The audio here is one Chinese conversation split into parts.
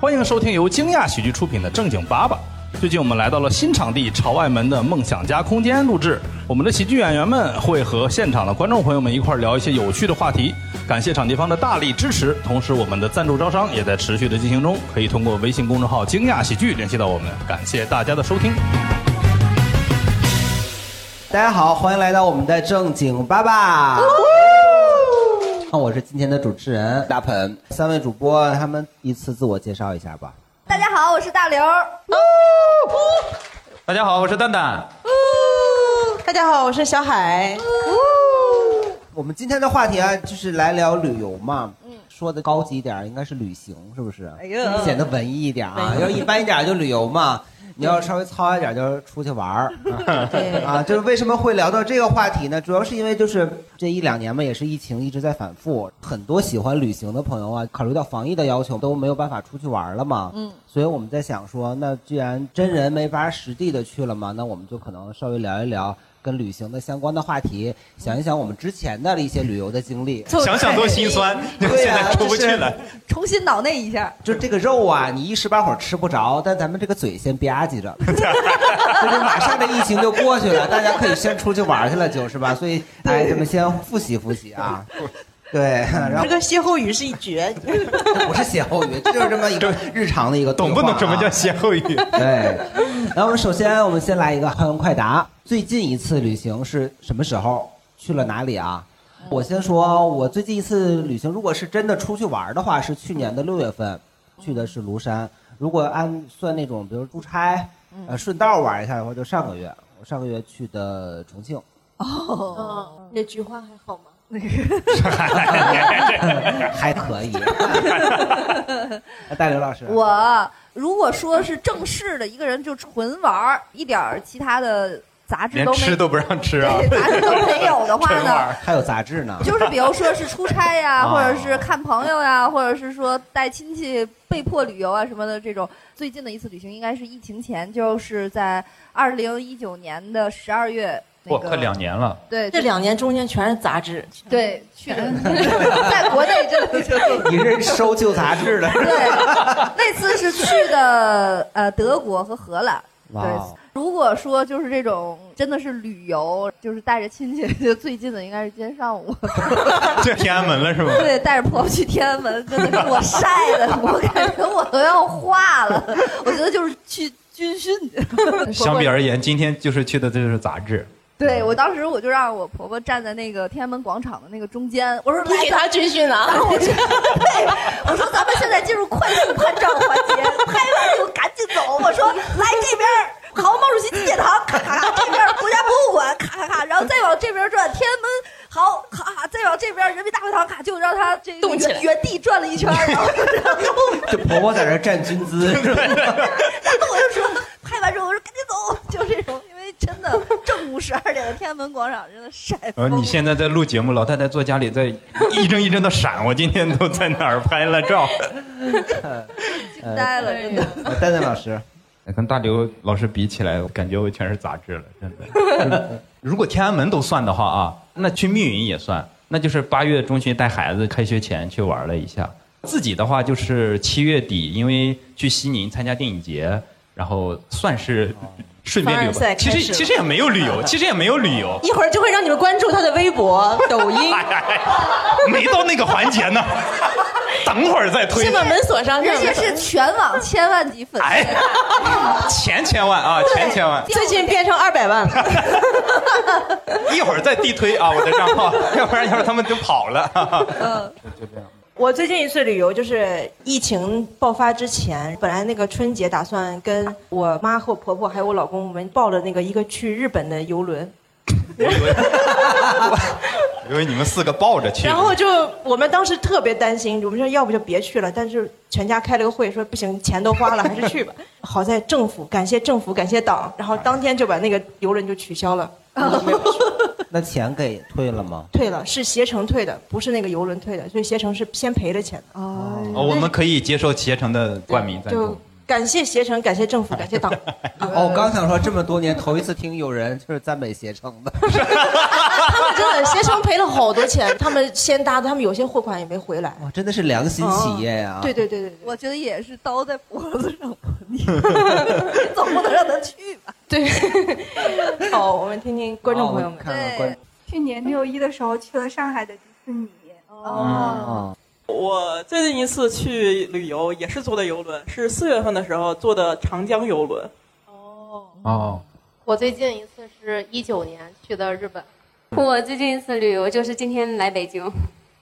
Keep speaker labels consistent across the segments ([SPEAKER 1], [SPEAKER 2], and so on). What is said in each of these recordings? [SPEAKER 1] 欢迎收听由惊讶喜剧出品的《正经爸爸》。最近我们来到了新场地朝外门的梦想家空间录制，我们的喜剧演员们会和现场的观众朋友们一块儿聊一些有趣的话题。感谢场地方的大力支持，同时我们的赞助招商也在持续的进行中，可以通过微信公众号“惊讶喜剧”联系到我们。感谢大家的收听。
[SPEAKER 2] 大家好，欢迎来到我们的正经爸爸。那我是今天的主持人大鹏，三位主播他们依次自我介绍一下吧。
[SPEAKER 3] 大家好，我是大刘。
[SPEAKER 4] 哦大家好，我是蛋蛋。
[SPEAKER 5] 大家好，我是小海。
[SPEAKER 3] 嗯
[SPEAKER 2] 我们今天的话题啊，就是来聊旅游嘛。说的高级一点儿，应该是旅行，是不是？
[SPEAKER 5] 嗯哎呦哎
[SPEAKER 2] 显得文艺一点啊。
[SPEAKER 5] 文艺
[SPEAKER 2] 要一般一点儿就旅游嘛，你要稍微糙一点儿就是出去玩儿。
[SPEAKER 5] 嗯对
[SPEAKER 2] 啊，就是为什么会聊到这个话题呢？主要是因为就是这一两年嘛，也是疫情一直在反复，很多喜欢旅行的朋友啊，考虑到防疫的要求，都没有办法出去玩了嘛。
[SPEAKER 5] 嗯，
[SPEAKER 2] 所以我们在想说，那既然真人没法实地的去了嘛，那我们就可能稍微聊一聊跟旅行的相关的话题，想一想我们之前的一些旅游的经历。
[SPEAKER 4] 想想多心酸，
[SPEAKER 2] 对啊
[SPEAKER 4] 现在出不去了。
[SPEAKER 3] 重新脑内一下，
[SPEAKER 2] 就这个肉啊，你一时半会儿吃不着，但咱们这个嘴先吧 唧着，就是马上这疫情就过去了，大家可以先出去玩去了，就是吧？所以，哎，咱们先复习复习啊。 对，
[SPEAKER 4] 嗯
[SPEAKER 6] 嗯
[SPEAKER 2] 然后
[SPEAKER 5] 这个歇后语是一绝，
[SPEAKER 2] 这不是歇后语，这就是这么 一个日常的一个对
[SPEAKER 4] 懂
[SPEAKER 2] 话啊、
[SPEAKER 4] 不懂什么叫歇后语？
[SPEAKER 2] 对，然后我们首先我们先来一个快问快答。最近一次旅行是什么时候？去了哪里啊？我先说，我最近一次旅行，如果是真的出去玩的话，是去年的六月份，去的是庐山。如果按算那种，比如出差，呃，顺道玩一下的话，就上个月。我上个月去的重 庆，
[SPEAKER 5] 哦
[SPEAKER 6] 嗯，你的菊花还好吗？
[SPEAKER 2] 还可以。 大刘老师，
[SPEAKER 3] 我如果说是正式的一个人，就纯玩儿，一点儿其他的杂质
[SPEAKER 4] 连
[SPEAKER 3] 都没，
[SPEAKER 4] 吃都不让吃啊！
[SPEAKER 3] 对杂质都没有的 话
[SPEAKER 4] 纯玩
[SPEAKER 3] 呢，
[SPEAKER 4] 儿
[SPEAKER 2] 还有杂志呢。
[SPEAKER 3] 就是比如说是出差 呀、
[SPEAKER 2] 啊
[SPEAKER 3] 或者是看朋友呀、或者是说带亲戚被迫旅游啊什么的这种。最近的一次旅行应该是疫情前，就是在二零一九年的十二月。
[SPEAKER 4] 哇，
[SPEAKER 3] 那个
[SPEAKER 4] 快两年了，
[SPEAKER 3] 对
[SPEAKER 6] 这两年中间全是杂志，
[SPEAKER 3] 对去 的，在国内真的就
[SPEAKER 2] 你是收旧杂志 的？
[SPEAKER 3] 对，那次是去的呃德国和荷兰。
[SPEAKER 2] 哇哦
[SPEAKER 3] 对，如果说就是这种真的是旅游，就是带着亲戚，就最近的应该是今天上午，
[SPEAKER 4] 这天安门了是吗？
[SPEAKER 3] 对，带着朋友去天安门，真的给我晒的，我感觉我都要化了。我觉得就是去军训，
[SPEAKER 4] 相比而言，今天就是去的这就是杂志，
[SPEAKER 3] 对
[SPEAKER 6] 嗯
[SPEAKER 3] 我当时我就让我婆婆站在那个天安门广场的那个中间，我说
[SPEAKER 6] 你
[SPEAKER 3] 来
[SPEAKER 6] 给他军训了？
[SPEAKER 3] 我说咱们现在进入快速拍 照环节，拍完就赶紧走。我说来这边儿，好毛主席纪念堂，咔咔咔；这边儿国家博物馆，咔咔咔；然后再往这边转，天安门，好，咔咔；再往这边人民大会堂，咔，就让他这个
[SPEAKER 6] 动起来
[SPEAKER 3] 原地转了一圈儿，然后然后
[SPEAKER 2] 就婆婆在这儿站军姿，是吧？
[SPEAKER 3] 然后我就说拍完之后我说赶紧走，就这种，因为真的正午十二点的天安门广场真的晒
[SPEAKER 4] 呃，
[SPEAKER 3] 疯了。
[SPEAKER 4] 你现在在录节目，老太太坐家里在一帧一帧的闪，我今天都在哪儿拍了照？
[SPEAKER 3] 呆了，
[SPEAKER 2] 呃
[SPEAKER 3] 真的。
[SPEAKER 4] 呃
[SPEAKER 2] 蛋蛋老 师，
[SPEAKER 4] 哎跟大刘老师比起来，我感觉我全是杂志了，真的。 如果天安门都算的话啊，那去密云也算，那就是八月中旬带孩子开学前去玩了一下。自己的话就是七月底，因为去西宁参加电影节，然后算是顺便旅游
[SPEAKER 6] 凡尔赛
[SPEAKER 4] 吧。其
[SPEAKER 6] 开始
[SPEAKER 4] 实
[SPEAKER 6] 了，
[SPEAKER 4] 其实也没有旅游，其实也没有旅游
[SPEAKER 6] 一会儿就会让你们关注他的微博、抖
[SPEAKER 4] 哎
[SPEAKER 6] 音，
[SPEAKER 4] 没到那个环节呢，等会儿再推
[SPEAKER 6] 先。把门锁上，
[SPEAKER 3] 人
[SPEAKER 6] 先把
[SPEAKER 3] 家
[SPEAKER 6] 门
[SPEAKER 3] 是全网千万级粉 丝，
[SPEAKER 4] 哎，钱千万啊，钱千万。
[SPEAKER 6] 最近变成二百万了，
[SPEAKER 4] 一会儿再地推啊，我的账号，要不然一会儿他们就跑了。
[SPEAKER 5] 我最近一次旅游就是疫情爆发之前，本来那个春节打算跟我妈和我婆婆还有我老公，我们报了那个一个去日本的游轮，
[SPEAKER 4] 因为你们四个抱着去
[SPEAKER 5] 然后就我们当时特别担心，我们说要不就别去了，但是全家开了个会说不行，钱都花了，还是去吧。 好在政府感谢政府感谢党，然后当天就把那个游轮就取消了，
[SPEAKER 2] 那钱给退了吗？
[SPEAKER 5] 退了，是携程退的，不是那个游轮退的，所以携程是先赔了钱的。
[SPEAKER 7] 嗯
[SPEAKER 4] 哦我们可以接受携程的冠名赞
[SPEAKER 5] 就
[SPEAKER 4] 助。
[SPEAKER 5] 感谢携程，感谢政府，感 谢党。
[SPEAKER 2] 哦，我刚想说这么多年头一次听有人就是赞美携程的，
[SPEAKER 6] 他们
[SPEAKER 7] 真的学生赔了好多钱，他们先搭的，他们有些货款也没回来。哦
[SPEAKER 2] 哇，真的是良心企业啊
[SPEAKER 3] 嗯
[SPEAKER 2] 呀、
[SPEAKER 7] 对对对对
[SPEAKER 8] 我觉得也是刀在脖子上吧，你你 总不能让他去吧？
[SPEAKER 7] 对，好，我们听听观众朋友
[SPEAKER 2] 哦
[SPEAKER 7] 们
[SPEAKER 2] 我。看看观
[SPEAKER 9] 去年六一的时候去了上海的迪士尼，
[SPEAKER 8] 哦，
[SPEAKER 2] 哦，
[SPEAKER 10] 我最近一次去旅游也是坐的游轮，是四月份的时候坐的长江游轮。
[SPEAKER 4] 哦，
[SPEAKER 11] 我最近一次是一九年去的日本。我最近一次旅游就是今天来北京，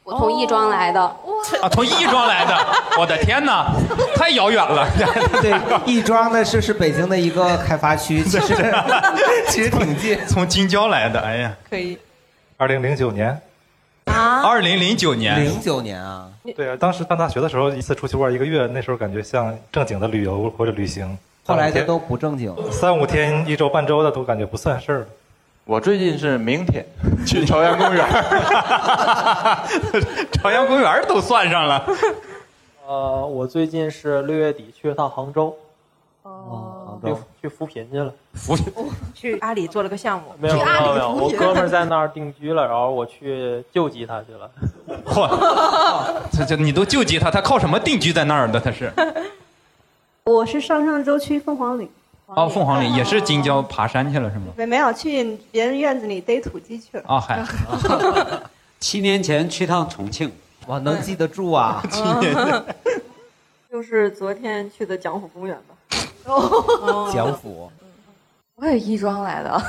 [SPEAKER 11] 我从亦庄来的。
[SPEAKER 4] 啊，从亦庄来的，我的天哪，太遥远了。
[SPEAKER 2] 对，亦庄呢是是北京的一个开发区，其实 其实挺近。
[SPEAKER 4] 从京郊来的，哎呀，
[SPEAKER 7] 可以，
[SPEAKER 12] 二零零九年，
[SPEAKER 7] 啊
[SPEAKER 4] 二零零九年，
[SPEAKER 2] 零九年啊，
[SPEAKER 12] 对啊，当时上大学的时候一次出去玩一个月，那时候感觉像正经的旅游或者旅行。
[SPEAKER 2] 后来
[SPEAKER 12] 三五
[SPEAKER 2] 的
[SPEAKER 12] 天
[SPEAKER 2] 都不正经。
[SPEAKER 12] 三五天、一周、半周的都感觉不算事儿了。
[SPEAKER 13] 我最近是明 天去朝阳公园。
[SPEAKER 4] 朝阳公园都算上了。
[SPEAKER 14] 呃，我最近是六月底去了趟杭州，
[SPEAKER 2] 哦
[SPEAKER 14] 去去扶贫去了。
[SPEAKER 5] 去阿里做了个项目，
[SPEAKER 14] 没有没
[SPEAKER 8] 阿里
[SPEAKER 14] 有没有，
[SPEAKER 8] 扶
[SPEAKER 14] 我
[SPEAKER 8] 贫
[SPEAKER 14] 哥们儿在那儿定居了，然后我去救济他去 了。
[SPEAKER 4] 嚯，这这你都救济他，他靠什么定居在那儿的？他是
[SPEAKER 9] 我是上上周去凤凰岭，
[SPEAKER 4] 哦，凤凰岭也是京郊爬山去了是吗？
[SPEAKER 9] 没没有去别人院子里逮土鸡去了。
[SPEAKER 4] 啊，嗨，
[SPEAKER 15] 七年前去趟重庆，
[SPEAKER 2] 哇，能记得 住啊！
[SPEAKER 7] 就是昨天去的蒋府公园吧。
[SPEAKER 9] 哦
[SPEAKER 2] 蒋府，
[SPEAKER 11] 我也亦庄来的，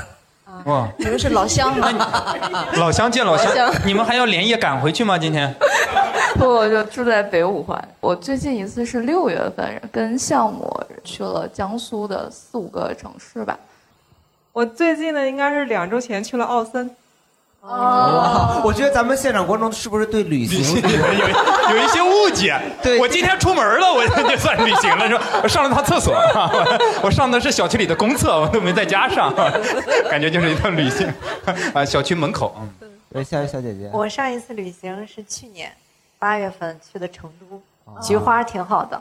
[SPEAKER 4] 哇，
[SPEAKER 7] 你们是老乡吗？
[SPEAKER 4] 老乡见老
[SPEAKER 7] 老
[SPEAKER 4] 乡，你们还要连夜赶回去吗？今天？
[SPEAKER 11] 不，我就住在北五环。我最近一次是六月份，跟项目去了江苏的四五个城市吧。
[SPEAKER 9] 我最近的应该是两周前去了奥森，
[SPEAKER 4] 哦
[SPEAKER 2] 哇，我觉得咱们现场观众是不是对旅行
[SPEAKER 4] 有有一些误解。
[SPEAKER 2] 对
[SPEAKER 4] 我今天出门了，我 就算旅行了是吧？我上了趟厕所，啊 我上的是小区里的公厕，我都没在家上， 感觉就是一趟旅行 啊，小区门口。嗯
[SPEAKER 2] 对，夏雨小姐姐，
[SPEAKER 7] 我上一次旅行是去年八月份去的成都，菊花挺好的。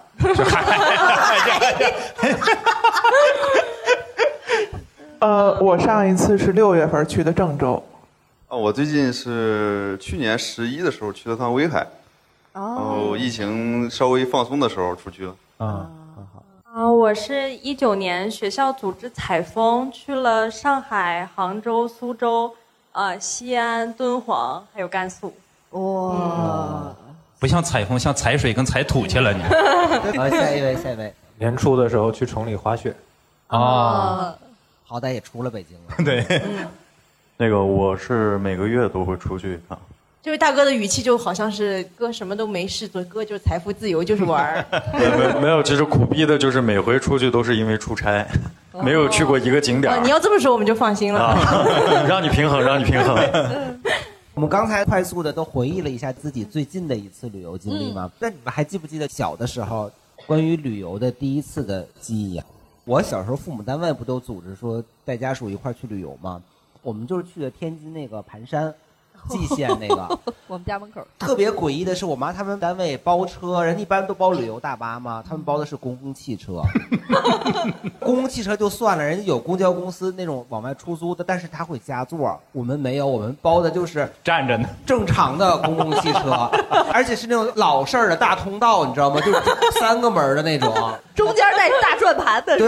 [SPEAKER 10] 呃，我上一次是六月份去的郑州，
[SPEAKER 13] 啊，我最近是去年十一的时候去了趟威海，
[SPEAKER 9] 哦
[SPEAKER 13] 然
[SPEAKER 5] 哦
[SPEAKER 13] 后哦疫情稍微放松的时候出去了。
[SPEAKER 4] 啊，
[SPEAKER 11] 啊，我是一九年学校组织采风，去了上海、杭州、苏州，呃，西安、敦煌，还有甘肃。嗯
[SPEAKER 5] 哇，
[SPEAKER 4] 不像采风，像采水跟采土去了你。
[SPEAKER 2] 呃，下一位，下一位，
[SPEAKER 12] 年初的时候去崇礼滑雪，
[SPEAKER 4] 啊，
[SPEAKER 2] 好歹也出了北京了。
[SPEAKER 4] 对，
[SPEAKER 13] 那个我是每个月都会出去一啊 趟，
[SPEAKER 5] 这位大哥的语气就好像是哥什么都没事做，哥就是财富自由，就是玩 儿。
[SPEAKER 13] 没没没有，其实苦逼的就是每回出去都是因为出差，没有去过一个景点
[SPEAKER 5] 啊，你要这么说我们就放心了。
[SPEAKER 13] 啊，哦 让你平衡，让你平衡。
[SPEAKER 2] 我们刚才快速的都回忆了一下自己最近的一次旅游经历嘛，那、你们还记不记得小的时候关于旅游的第一次的记忆啊？我小时候父母单位不都组织说带家属一块儿去旅游吗？我们就是去的天津那个盘山，蓟县那个。
[SPEAKER 8] 我们家门口
[SPEAKER 2] 特别诡异的是，我妈他们单位包车，人家一般都包旅游大巴嘛，他们包的是公共汽车。公共汽车就算了，人家有公交公司那种往外出租的，但是他会加座，我们没有，我们包的就是
[SPEAKER 4] 站着呢。
[SPEAKER 2] 正常的公共汽 车，而且是那种老式儿的大通道，你知道吗？就是三个门儿的那种。
[SPEAKER 8] 中间带大转盘的，
[SPEAKER 2] 对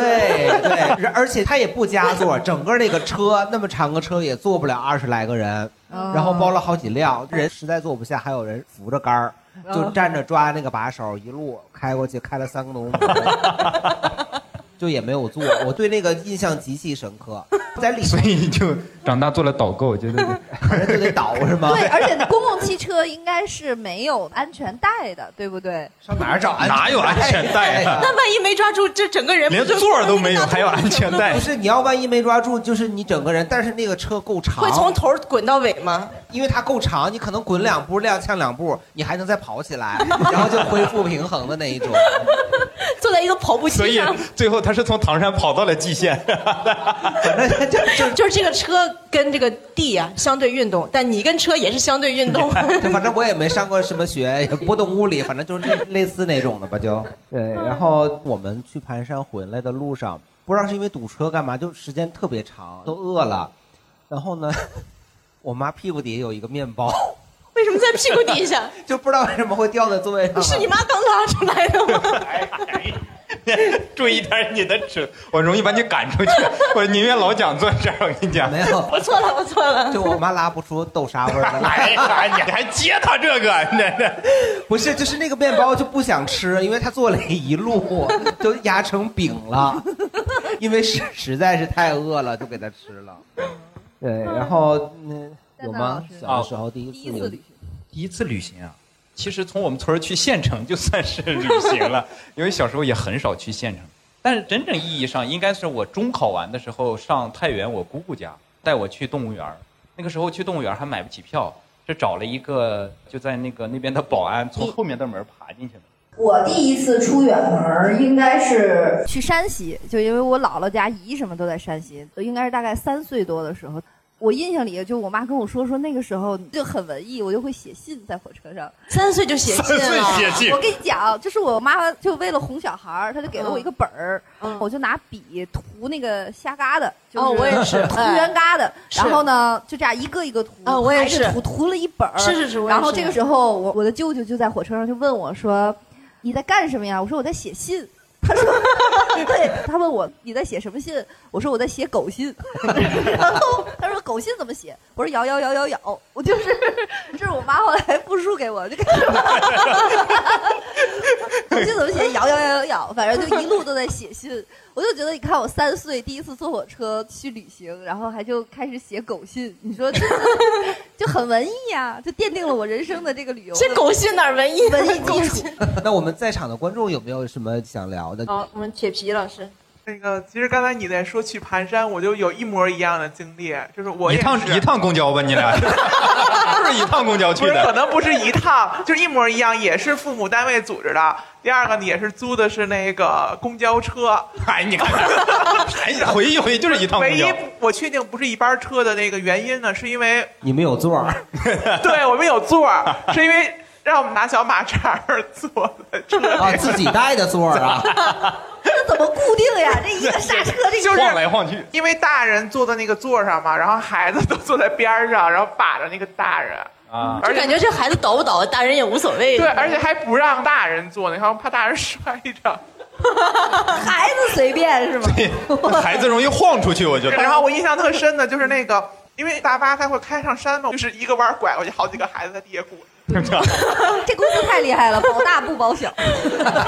[SPEAKER 2] 对，而且它也不加座，整个那个车那么长个车也坐不了二十来个人，然后包了好几辆，人实在坐不下，还有人扶着杆儿，就站着抓那个把手，一路开过去，开了三个多钟头。就也没有坐，我对那个印象极其深刻，在里
[SPEAKER 4] 所
[SPEAKER 2] 面
[SPEAKER 4] 以就长大做了导购，觉得
[SPEAKER 2] 反正就得倒是吗？
[SPEAKER 8] 对，而且公共汽车应该是没有安全带的，对不对？
[SPEAKER 2] 上哪儿找啊哎安
[SPEAKER 4] 哪有安全带啊
[SPEAKER 2] 呀
[SPEAKER 5] 那万一没抓住，这整个人
[SPEAKER 4] 连座儿都没有，还有安全 带
[SPEAKER 2] 不。是你要万一没抓住，就是你整个人，但是那个车够长，
[SPEAKER 5] 会从头滚到尾吗？
[SPEAKER 2] 因为它够长，你可能滚
[SPEAKER 5] 嗯
[SPEAKER 2] 两步、踉跄两步，你还能再跑 起来，然后就恢复平衡的那一种。
[SPEAKER 5] 坐在一个 跑步
[SPEAKER 4] 所
[SPEAKER 5] 机
[SPEAKER 4] 以
[SPEAKER 2] 啊
[SPEAKER 5] 上，
[SPEAKER 4] 最后他是从唐山跑到了蓟县，
[SPEAKER 2] 反正就就
[SPEAKER 5] 就是这个车跟这个地啊相对运动，但你跟车也是相对运 动。
[SPEAKER 2] 就反正我也没上过什么学，也不懂物理，反正就是类类似那种的吧，就对。然后我们去盘山回来的路上，不知道是因为堵车干嘛，就时间特别长，都饿了。然后呢， 我妈屁股底下有一个面包，
[SPEAKER 5] 为什么在屁股底下？
[SPEAKER 2] 就不知道为什么会掉在座位上。
[SPEAKER 5] 是你妈刚拉出来的吗？
[SPEAKER 4] 注意点你的尺，我容易把你赶出去。我宁愿老蒋坐这儿，我跟你讲。
[SPEAKER 2] 没有，
[SPEAKER 5] 我错了，我错了。
[SPEAKER 2] 就我妈拉不出豆沙味儿的来。
[SPEAKER 4] 哎呀，你还接他这个？啊你这
[SPEAKER 2] 不是，就是那个面包就不想吃，因为他做了一路， 就压成饼了，因为实实在是太饿了，就给他吃了。对，然后嗯，有吗？小的时哦候第一次有，
[SPEAKER 4] 第一次旅行啊，其实从我们村儿去县城就算是旅行了，因为小时候也很少去县城。但是真正意义上，应该是我中考完的时候上太原我姑姑家，带我去动物园儿。那个时候去动物园儿还买不起票，是找了一个就在那个那边的保安从后面的门爬进去的。
[SPEAKER 3] 我第一次出远门儿应该是去山西，就因为我姥姥家姨什么都在山西，应该是大概三岁多的时候。我印象里，就我妈跟我说说那个时候就很文艺，我就会写信在火车上，
[SPEAKER 5] 三岁就写信了三岁写信
[SPEAKER 3] 我跟你讲，就是我妈妈就为了哄小孩儿，她就给了我一个本儿，我就拿笔涂那个虾疙瘩，就
[SPEAKER 5] 嗯哦我也是哎
[SPEAKER 3] 涂圆疙瘩，
[SPEAKER 5] 是
[SPEAKER 3] 然后呢就这样一个一个涂，
[SPEAKER 5] 啊我也是
[SPEAKER 3] 排着涂涂了一本儿，
[SPEAKER 5] 是是是我也是
[SPEAKER 3] 然后这个时候我我的舅舅就在火车上就问我说：“你在干什么呀？”我说：“我在写信。”他说：“ 对。”他问我：“你在写什么信？”我说：“我在写狗信。”然后他说：“狗信怎么写？”我说：“咬咬咬咬咬。”我就是，这是我妈后来复述给我，就感觉狗信怎么写？咬咬咬咬咬，反正就一路都在写信。我就觉得，你看我三岁第一次坐火车去旅行，然后还就开始写狗信，你说这就很文艺呀、就奠定了我人生的这个旅游的。
[SPEAKER 5] 这狗信哪儿文艺？
[SPEAKER 3] 文艺基础。
[SPEAKER 2] 那我们在场的观众有没有什么想聊的？
[SPEAKER 5] 好，
[SPEAKER 16] 哦
[SPEAKER 5] 哦我们铁皮老师，
[SPEAKER 16] 那个，其实刚才你在说去盘山，我就有一模一样的经历，就是我
[SPEAKER 4] 一
[SPEAKER 16] 也
[SPEAKER 4] 趟
[SPEAKER 16] 是
[SPEAKER 4] 一趟公交吧，你俩不是一趟公交去
[SPEAKER 16] 不是
[SPEAKER 4] 的，
[SPEAKER 16] 可能不是一趟，就是一模一样，也是父母单位组织的。第二个呢，也是租的是那个公交车。
[SPEAKER 4] 哎，你看，还回一回就是一趟公
[SPEAKER 16] 唯
[SPEAKER 4] 交
[SPEAKER 16] 一我确定不是一班车的那个原因呢，是因为
[SPEAKER 2] 你们有座儿，
[SPEAKER 16] 对我们有座 儿，是因为让我们拿小马扎儿坐的车里
[SPEAKER 2] 啊，自己带的座儿 啊，
[SPEAKER 3] 这怎么固定呀？这一个刹车，这一
[SPEAKER 16] 就
[SPEAKER 3] 个
[SPEAKER 16] 是
[SPEAKER 4] 晃去，
[SPEAKER 16] 因为大人坐在那个座上嘛，然后孩子都坐在边儿上，然后把着那个大人
[SPEAKER 4] 啊
[SPEAKER 16] 而
[SPEAKER 5] 就
[SPEAKER 16] 且
[SPEAKER 5] 感觉这孩子倒不倒，
[SPEAKER 3] 啊
[SPEAKER 5] 大人也无所谓。
[SPEAKER 16] 对，而且还不让大人坐，你看怕大人摔着。
[SPEAKER 3] 孩子随便 是吗？
[SPEAKER 4] 孩子容易晃出去，我觉得。
[SPEAKER 16] 然后我印象特深的就是那个，因为大巴它会开上山嘛，就是一个弯儿拐过去，好几个孩子在地下滚。
[SPEAKER 3] 这公司太厉害了，保大不保小。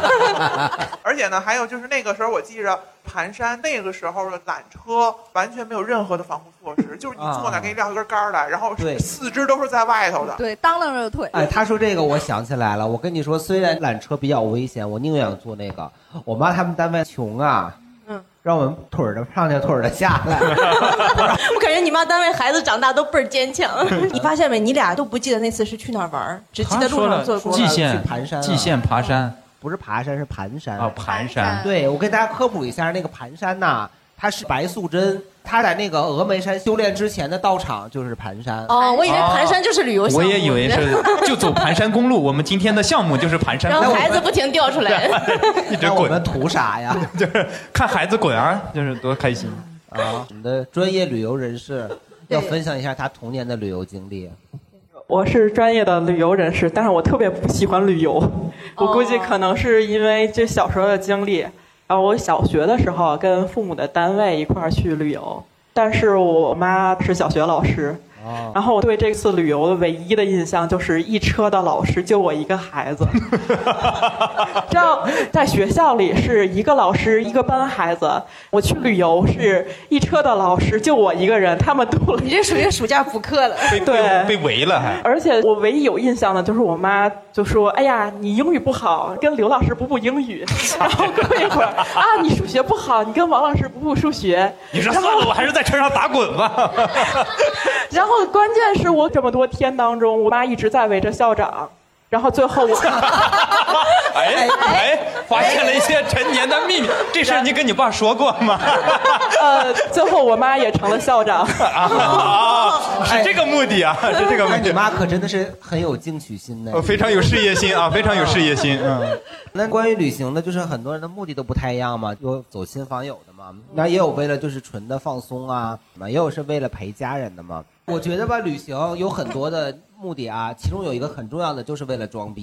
[SPEAKER 16] 而且呢，还有就是那个时候，我记着盘山那个时候的缆车完全没有任何的防护措施，就是你坐那儿给你撂一根杆儿来，然后
[SPEAKER 2] 对
[SPEAKER 16] 四肢都是在 外头的。
[SPEAKER 3] 对，当啷着腿。
[SPEAKER 2] 哎，他说这个，我想起来了。我跟你说，虽然缆车比较危险，我宁愿坐那个。我妈他们单位穷啊，
[SPEAKER 5] 嗯，
[SPEAKER 2] 让我们腿儿的上去，腿儿的下来。
[SPEAKER 5] 我感觉你妈单位孩子长大都倍儿坚强。你发现没？你俩都不记得那次是去哪儿玩儿，只记得路上坐过。
[SPEAKER 4] 蓟县
[SPEAKER 2] 去盘山啊
[SPEAKER 4] 蓟县爬山，
[SPEAKER 2] 不是爬山，是盘山
[SPEAKER 4] 啊，盘山。
[SPEAKER 2] 对，我跟大家科普一下，那个盘山呐、它是白素贞，她在那个峨眉山修炼之前的道场就是盘山。
[SPEAKER 5] 哦，我以为盘山就是旅游项目。
[SPEAKER 4] 我也以 为是就走盘山公路，我们今天的项目就是盘山
[SPEAKER 5] 然
[SPEAKER 4] 公
[SPEAKER 5] 后
[SPEAKER 4] 路。
[SPEAKER 5] 孩子不停掉出来。
[SPEAKER 4] 一直滚，我们
[SPEAKER 2] 图啥呀？
[SPEAKER 4] 就是看孩子滚啊，就是多开心
[SPEAKER 2] 啊！我们的专业旅游人士要分享一下他童年的旅游经历。
[SPEAKER 10] 我是专业的旅游人士，但是我特别不喜欢旅游。我估计可能是因为这小时候的经历。然后我小学的时候跟父母的单位一块儿去旅游，但是我妈是小学老师，
[SPEAKER 4] 啊
[SPEAKER 10] 然后我对这次旅游的唯一的印象就是一车的老师就我一个孩 子。这样在学校里是一个老师一个班孩子，我去旅游是一车的老师就我一个人，他们都来。
[SPEAKER 5] 你这属于暑假补课了。
[SPEAKER 10] 对，
[SPEAKER 4] 被围了还。
[SPEAKER 10] 而且我唯一有印象的就是我妈就说：“哎呀，你英语不好，跟刘老师补补英语。”然后过一会儿啊，你数学不好，你跟王老师补补数学。
[SPEAKER 4] 你说算了，我还是在车上打 滚吧。
[SPEAKER 10] 然后关键是我这么多天当中，我妈一直在围着校长。然后最后我，
[SPEAKER 4] 哎哎，发现了一些陈年的
[SPEAKER 2] 哎
[SPEAKER 4] 秘密。这事儿你跟你爸说过吗？
[SPEAKER 10] 呃，最后我妈也成了校长。
[SPEAKER 4] 啊，是这个目的啊，是这个目
[SPEAKER 2] 哎那你
[SPEAKER 4] 的。
[SPEAKER 2] 妈可真的是很有进取心 的
[SPEAKER 4] 呃，非常有事业心 啊非常有事业心嗯。
[SPEAKER 2] 那关于旅行呢，就是很多人的目的都不太一样嘛，有走亲访友的嘛，那也有为了就是纯的放松啊，也有是为了陪家人的嘛。 我觉得吧，旅行有很多的目的啊，其中有一个很重要的就是为了装逼。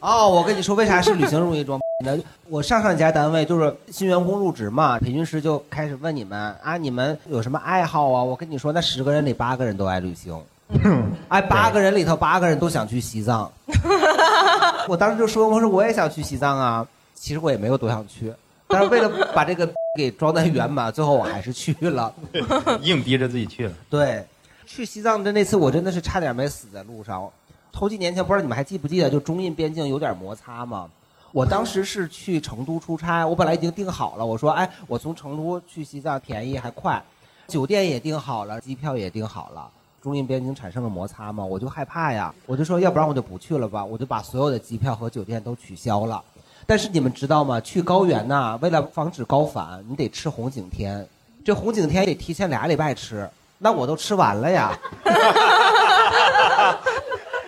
[SPEAKER 2] 哦，我跟你说，为啥是旅行容易装 逼呢？我上上一家单位就是新员工入职嘛，培训师就开始问你们啊，你们有什么爱好啊？我跟你说，那十个人里八个人都爱旅行，哎，八个人里头八个人都想去西藏。 我当时就说，我说我也想去西藏啊，其实我也没有多想去，但是为了把这个 给装的圆满，最后我还是去了。
[SPEAKER 4] 硬逼着自己去了。
[SPEAKER 2] 对，去西藏的那次，我真的是差点没死在路上。头几年前，不知道你们还记不记得，就中印边境有点摩擦嘛。我当时是去成都出差，我本来已经订好了，我说，哎，我从成都去西藏便宜还快，酒店也订好了，机票也订好了。中印边境产生了摩擦嘛，我就害怕呀，我就说，要不然我就不去了吧，我就把所有的机票和酒店都取消了。但是你们知道吗？去高原呐、为了防止高反，你得吃红景天。这红景天得提前俩礼拜吃，那我都吃完了呀。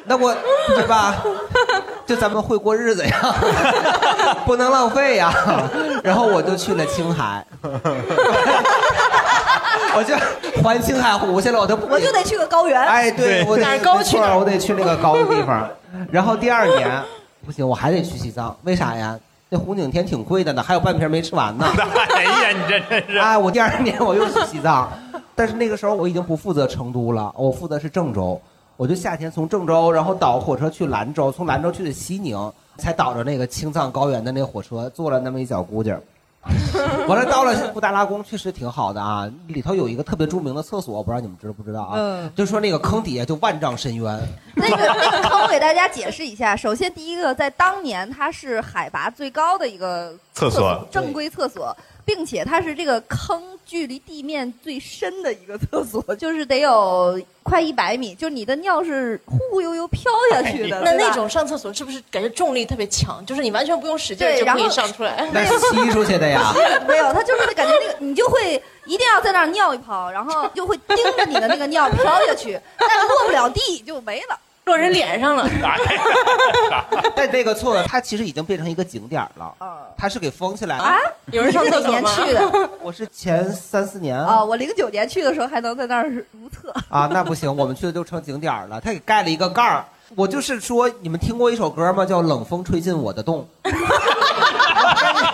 [SPEAKER 2] 那我对 吧？就咱们会过日子呀， 不能浪费呀。然后我就去了青海， 我就环青海湖去了，我都不
[SPEAKER 3] 我就得去个高原。
[SPEAKER 2] 哎，对，我得
[SPEAKER 3] 哪儿高啊去
[SPEAKER 2] 没
[SPEAKER 3] 哪
[SPEAKER 2] 错
[SPEAKER 3] 儿
[SPEAKER 2] 我得去那个高的地方。然后第二年不行，我还得去西藏，为啥呀？那红景天挺贵的呢，还有半瓶没吃完呢。
[SPEAKER 4] 哎呀，你这真是！
[SPEAKER 2] 哎，我第二年我又去西藏，但是那个时候我已经不负责成都了，我负责是郑州。我就夏天从郑州，然后倒火车去兰州，从兰州去的西宁，才倒着那个青藏高原的那个火车，坐了那么一小姑劲儿。完了，到了布达拉宫确实挺好的啊，里头有一个特别著名的厕所，我不知道你们知不知道啊？
[SPEAKER 3] 嗯
[SPEAKER 2] 就说那个坑底下就万丈深渊，
[SPEAKER 3] 那个那个坑，我给大家解释一下。首先，第一个，在当年它是海拔最高的一个
[SPEAKER 4] 厕所
[SPEAKER 3] 正规厕所，并且它是这个坑距离地面最深的一个厕所，就是得有快一百米，就是你的尿是忽忽悠悠飘下去
[SPEAKER 2] 哎
[SPEAKER 3] 的。
[SPEAKER 5] 那
[SPEAKER 3] 对吧
[SPEAKER 5] 那种上厕所是不是感觉重力特别强？就是你完全不用使劲
[SPEAKER 3] 对
[SPEAKER 5] 就
[SPEAKER 3] 然
[SPEAKER 5] 可
[SPEAKER 3] 后
[SPEAKER 5] 以上出来。
[SPEAKER 2] 那是吸出去的 呀。
[SPEAKER 3] 没有，它就是感觉那个，你就会一定要在那儿尿一泡，然后就会盯着你的那个尿飘下去，但落不了地就没了，
[SPEAKER 5] 落人脸上了。
[SPEAKER 2] 但这个错了，它其实已经变成一个景点儿了，它是给封起来了
[SPEAKER 3] 啊有人上厕所吗你是哪嗯年去 的？
[SPEAKER 2] 我是前三四年
[SPEAKER 3] 啊、我零九年去的时候还能在那儿如厕，
[SPEAKER 2] 啊，那不行，我们去的就成景点儿了，它给盖了一个盖儿。我就是说，你们听过一首歌吗？叫《冷风吹进我的洞》，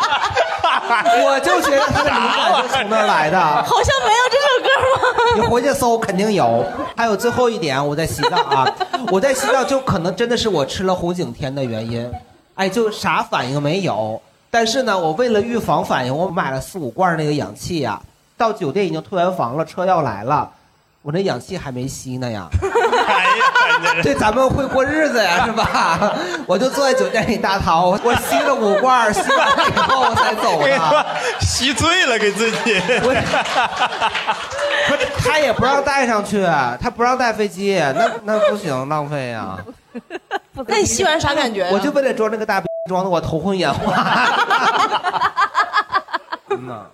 [SPEAKER 2] 我就觉得它的灵感就从那儿来的。
[SPEAKER 5] 好像没有这首 歌吗？
[SPEAKER 2] 你回去搜肯定有。还有最后一点，我在西藏啊，我在西藏就可能真的是我吃了红景天的原因，哎，就啥反应没有。但是呢，我为了预防反应，我买了四五罐那个氧气呀、到酒店已经退完房了，车要来了，我那氧气还没吸呢 呀。
[SPEAKER 4] 哎
[SPEAKER 2] 这咱们会过日子呀，是吧？ 我就坐在酒店里大逃，我吸了五罐，吸完了以后我才 走的。
[SPEAKER 4] 哎吸醉了给自己。
[SPEAKER 2] 不是他也不让带上去，他不让带飞机，那那不行，浪费呀、
[SPEAKER 5] 那你吸完啥感觉、
[SPEAKER 2] 我就为了装这个大逼，装的我头昏眼花。 嗯呐，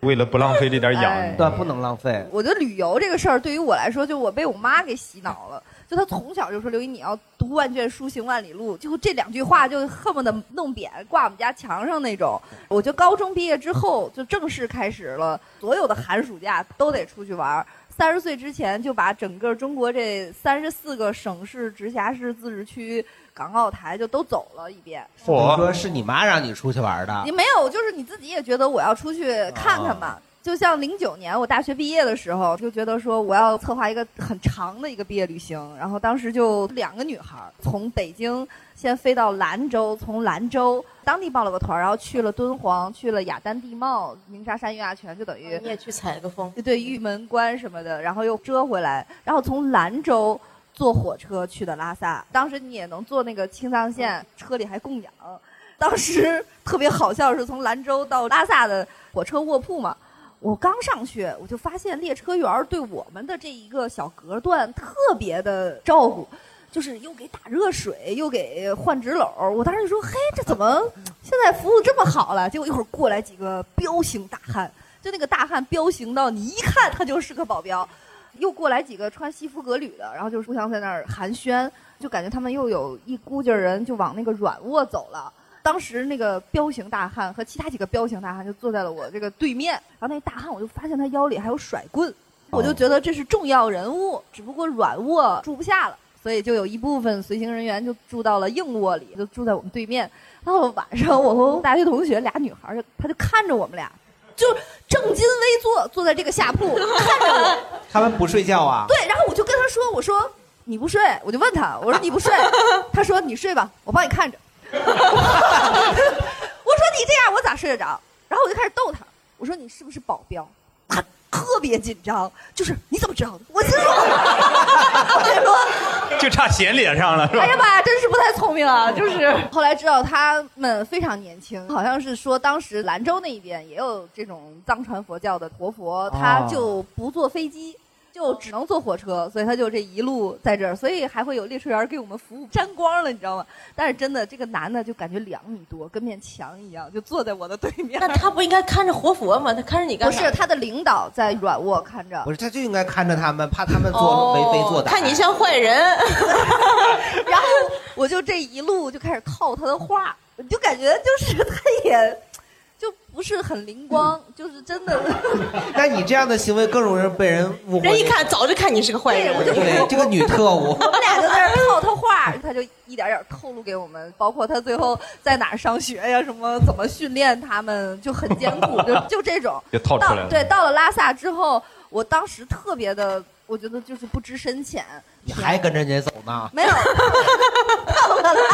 [SPEAKER 4] 为了不浪费这点
[SPEAKER 3] 哎
[SPEAKER 4] 氧，
[SPEAKER 2] 对，不能浪费。
[SPEAKER 3] 我觉得旅游这个事儿对于我来说，就我被我妈给洗脑了。就她从小就说：“刘姨，你要读万卷书，行万里路。”就这两句话就恨不得弄扁挂我们家墙上那种。我觉得高中毕业之后就正式开始了，所有的寒暑假都得出去玩儿。三十岁之前就把整个中国这三十四个省市、直辖市、自治区、港澳台就都走了一遍。
[SPEAKER 2] 我说是你妈让你出去玩的
[SPEAKER 3] 你，没有，就是你自己也觉得我要出去看看嘛。就像零九年我大学毕业的时候，就觉得说我要策划一个很长的一个毕业旅行，然后当时就两个女孩儿从北京先飞到兰州，从兰州当地报了个团儿，然后去了敦煌，去了雅丹地貌、鸣沙山、月牙泉，就等于
[SPEAKER 5] 哦你也去采个风，
[SPEAKER 3] 对玉门关什么的，然后又折回来，然后从兰州坐火车去的拉萨。当时你也能坐那个青藏线，车里还供氧。 当时特别好笑，是从兰州到拉萨的火车卧铺嘛。我刚上去，我就发现列车员儿对我们的这一个小隔断特别的照顾，就是又给打热水，又给换纸篓儿。我当时就说：“嘿，这怎么现在服务这么好了？”结果一会儿过来几个彪形大汉，就那个大汉彪形到你一看他就是个保镖，又过来几个穿西服革履的，然后就互相在那儿寒暄，就感觉他们又有一股劲儿人就往那个软卧走了。当时那个彪形大汉和其他几个彪形大汉就坐在了我这个对面，然后那大汉我就发现他腰里还有甩棍，我就觉得这是重要人物，只不过软卧住不下了，所以就有一部分随行人员就住到了硬卧里，就住在我们对面。到晚上，我和大学同学俩女孩儿就，她就看着我们俩，就正襟危坐，坐在这个下铺看着我。
[SPEAKER 2] 他们不睡觉啊？
[SPEAKER 3] 对，然后我就跟她说：“我说你不睡，我就问她，我说你不睡，她说你睡吧，我帮你看着。” 我说你这样我咋睡得着？然后我就开始逗他，我说你是不是保镖？他特别紧张，就是你怎么知道的？我心说， 我心说，
[SPEAKER 4] 就差写脸上了，是吧？
[SPEAKER 3] 哎呀妈呀，真是不太聪明啊！就是后来知道他们非常年轻，好像是说当时兰州那一边也有这种藏传佛教的活佛，他
[SPEAKER 4] 哦
[SPEAKER 3] 就不坐飞机。就只能坐火车，所以他就这一路在这儿，所以还会有列车员给我们服务，沾光了，你知道吗？但是真的，这个男的就感觉两米多，跟面墙一样，就坐在我的对面。那
[SPEAKER 8] 他不应该看着活佛吗？他看着你干
[SPEAKER 3] 不是，他的领导在软卧看着
[SPEAKER 2] 不。是，他就应该看着他们，怕他们
[SPEAKER 3] 哦
[SPEAKER 2] 做为非作歹。
[SPEAKER 8] 看你像坏人。
[SPEAKER 3] 然后我就这一路就开始套他的话，我就感觉就是他也就不是很灵光，就是真 的。
[SPEAKER 2] 那你这样的行为更容易被人误会。
[SPEAKER 8] 人一看早就看你是个坏人，我就
[SPEAKER 2] 对这个女特务，
[SPEAKER 3] 我们俩就在那儿套他话，他就一点点透露给我们，包括他最后在哪儿上学呀，什么怎么训练他们，就很艰苦，就就这种。
[SPEAKER 4] 就套出来了
[SPEAKER 3] 到对，到了拉萨之后，我当时特别的，我觉得就是不知深浅，
[SPEAKER 2] 你还跟着人家走呢？
[SPEAKER 3] 没有，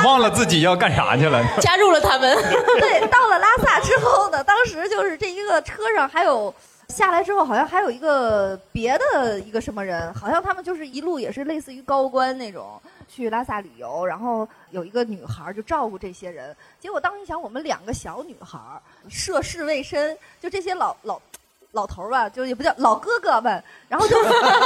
[SPEAKER 4] 忘了自己要干啥去了。
[SPEAKER 8] 加入了他们。
[SPEAKER 3] 对，到了拉萨之后呢， 当时就是这一个车上还有下来之后，好像还有一个别的一个什么人，好像他们就是一路也是类似于高官那种去拉萨旅游，然后有一个女孩儿就照顾这些人。结果当时一想，我们两个小女孩儿涉世未深，就这些老老。老头儿吧，就也不叫老哥哥们，然后就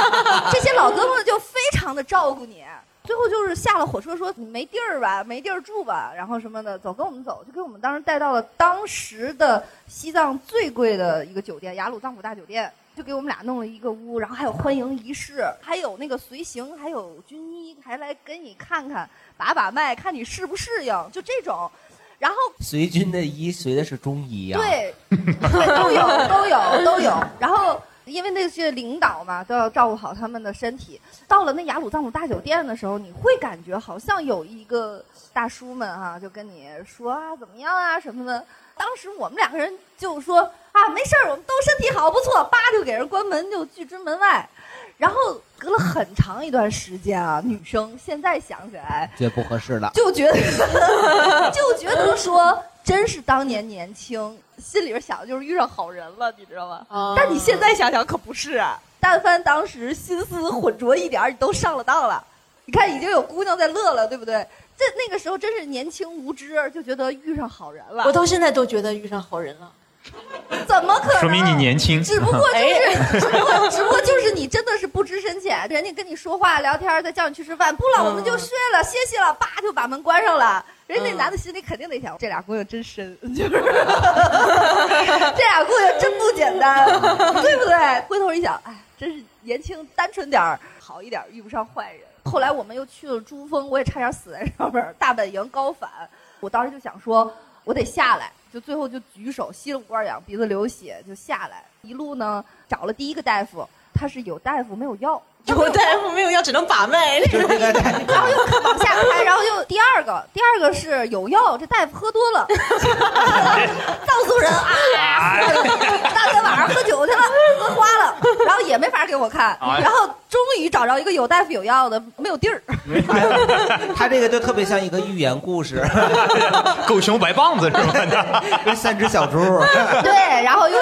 [SPEAKER 3] 这些老哥哥们就非常的照顾你，最后就是下了火车说你没地儿吧，没地儿住吧，然后什么的，走跟我们走，就给我们当时带到了当时的西藏最贵的一个酒店——雅鲁藏普大酒店，就给我们俩弄了一个屋，然后还有欢迎仪式，还有那个随行，还有军医，还来跟你看看把把脉，看你适不适应，就这种。然后
[SPEAKER 2] 随军的医随的是中医啊。，
[SPEAKER 3] 对，对，都有，都有，都有。然后因为那些领导嘛，都要照顾好他们的身体。到了那雅鲁藏普大酒店的时候，你会感觉好像有一个大叔们哈、就跟你说啊，怎么样啊什么的。当时我们两个人就说啊，没事儿，我们都身体好，不错，叭就给人关门，就拒之门外。然后隔了很长一段时间啊，女生现在想起来
[SPEAKER 2] 觉得不合适了。
[SPEAKER 3] 就觉 得 就觉得说，真是当年年轻，心里边想的就是遇上好人了，你知道吗？
[SPEAKER 8] 哦
[SPEAKER 5] 哦
[SPEAKER 3] 但你现在想想可不是啊，但凡当时心思浑浊一点儿，你都上了当了。你看已经有姑娘在乐了，对不对？这那个时候真是年轻无知，就觉得遇上好人了。
[SPEAKER 8] 我到现在都觉得遇上好人了。
[SPEAKER 3] 怎么可能？
[SPEAKER 4] 说明你年轻
[SPEAKER 3] 只 不过就是，只
[SPEAKER 4] 哎
[SPEAKER 3] 不过，只不过就是你真的是不知深浅。人家跟你说话聊天，再叫你去吃饭，不
[SPEAKER 8] 嗯
[SPEAKER 3] 了我们就睡了，歇息了，叭就把门关上了。人
[SPEAKER 8] 嗯
[SPEAKER 3] 家那男的心里肯定得想，这俩姑娘真深， 就是 这俩姑娘真不简单，啊 对不对？回头一想，哎，真是年轻单纯点儿好一点儿，遇不上坏人。后来我们又去了珠峰，我也差点死在上面儿，大本营高反。我当时就想说，我得下来，就最后就举手，吸了五罐氧，鼻子流血，就下来。一路呢找了第一个大夫，他是有大夫没有药，
[SPEAKER 8] 有大夫没有药，只能把脉。
[SPEAKER 3] 然后又往下开，然后又第二个，第二个是有药，这大夫喝多了，藏族人啊，大天晚上喝酒去了，喝花了，然后也没法给我看，
[SPEAKER 2] 哎
[SPEAKER 3] 然后终于找着一个有大夫有药的，没有地儿。
[SPEAKER 2] 他这个就特别像一个寓言故事，
[SPEAKER 4] 狗熊白棒子是吧？
[SPEAKER 2] 跟三只小猪。
[SPEAKER 3] 对，然后又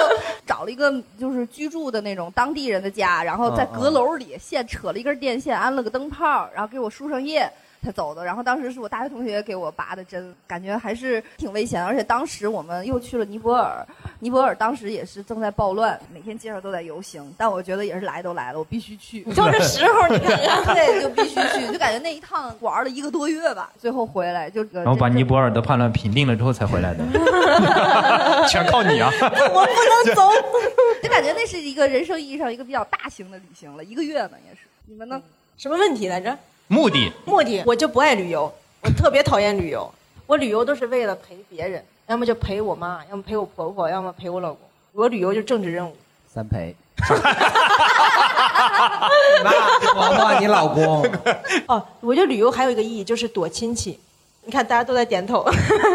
[SPEAKER 3] 找了一个就是居住的那种当地人的家，然后在阁楼里现扯了一根电线，安了个灯泡，然后给我输上液。才走的，然后当时是我大学同学给我拔的针，感觉还是挺危险的。而且当时我们又去了尼泊尔，尼泊尔当时也是正在暴乱，每天街上都在游行。但我觉得也是来都来了，我必须去。
[SPEAKER 8] 挑这时候你看 看
[SPEAKER 3] 对，就必须去，就感觉那一趟玩了一个多月吧，最后回来就呃
[SPEAKER 4] 然后把尼泊尔的 叛乱平定了之后才回来的，全靠你啊！
[SPEAKER 8] 我不能走，
[SPEAKER 3] 就感觉那是一个人生意义上一个比较大型的旅行了，一个月呢也是。你们呢？
[SPEAKER 5] 什么问题来 着？
[SPEAKER 4] 目的
[SPEAKER 5] 目的，我就不爱旅游，我特别讨厌旅游。我旅游都是为了陪别人，要么就陪我妈，要么陪我婆婆，要么陪我老公。我旅游就是政治任务。
[SPEAKER 2] 三陪。 婆婆，你老公，
[SPEAKER 5] 哦，我觉得旅游还有一个意义就是躲亲戚。你看，大家都在点头，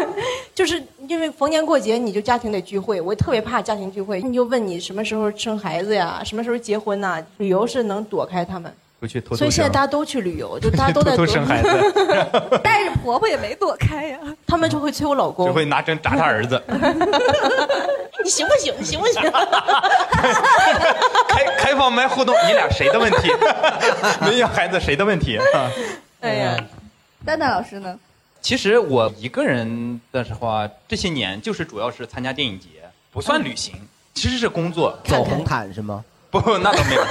[SPEAKER 5] 就是因为逢年过节你就家庭得聚会，我特别怕家庭聚会，你就问你什么时候生孩子呀，什么时候结婚呐、旅游是能躲开他们，
[SPEAKER 4] 出去偷偷
[SPEAKER 5] 所以现在
[SPEAKER 4] 生
[SPEAKER 5] 大家都去旅游，就大 家都在
[SPEAKER 4] 偷
[SPEAKER 5] 躲
[SPEAKER 4] 偷生 孩子，
[SPEAKER 5] 带着婆婆也没躲开呀、他们就会催我老公
[SPEAKER 4] 就，会拿针扎他 儿子。
[SPEAKER 5] 你行不行？你行不行？
[SPEAKER 4] 开开放麦互动，你俩谁的问 题？没有孩子谁的问题？ 啊
[SPEAKER 3] 哎呀，丹丹老师呢？
[SPEAKER 4] 其实我一个人的话，这些年就是主要是参加电影节，不算旅行，其实是工作。
[SPEAKER 2] 走红毯是吗？
[SPEAKER 4] 不，那倒没有，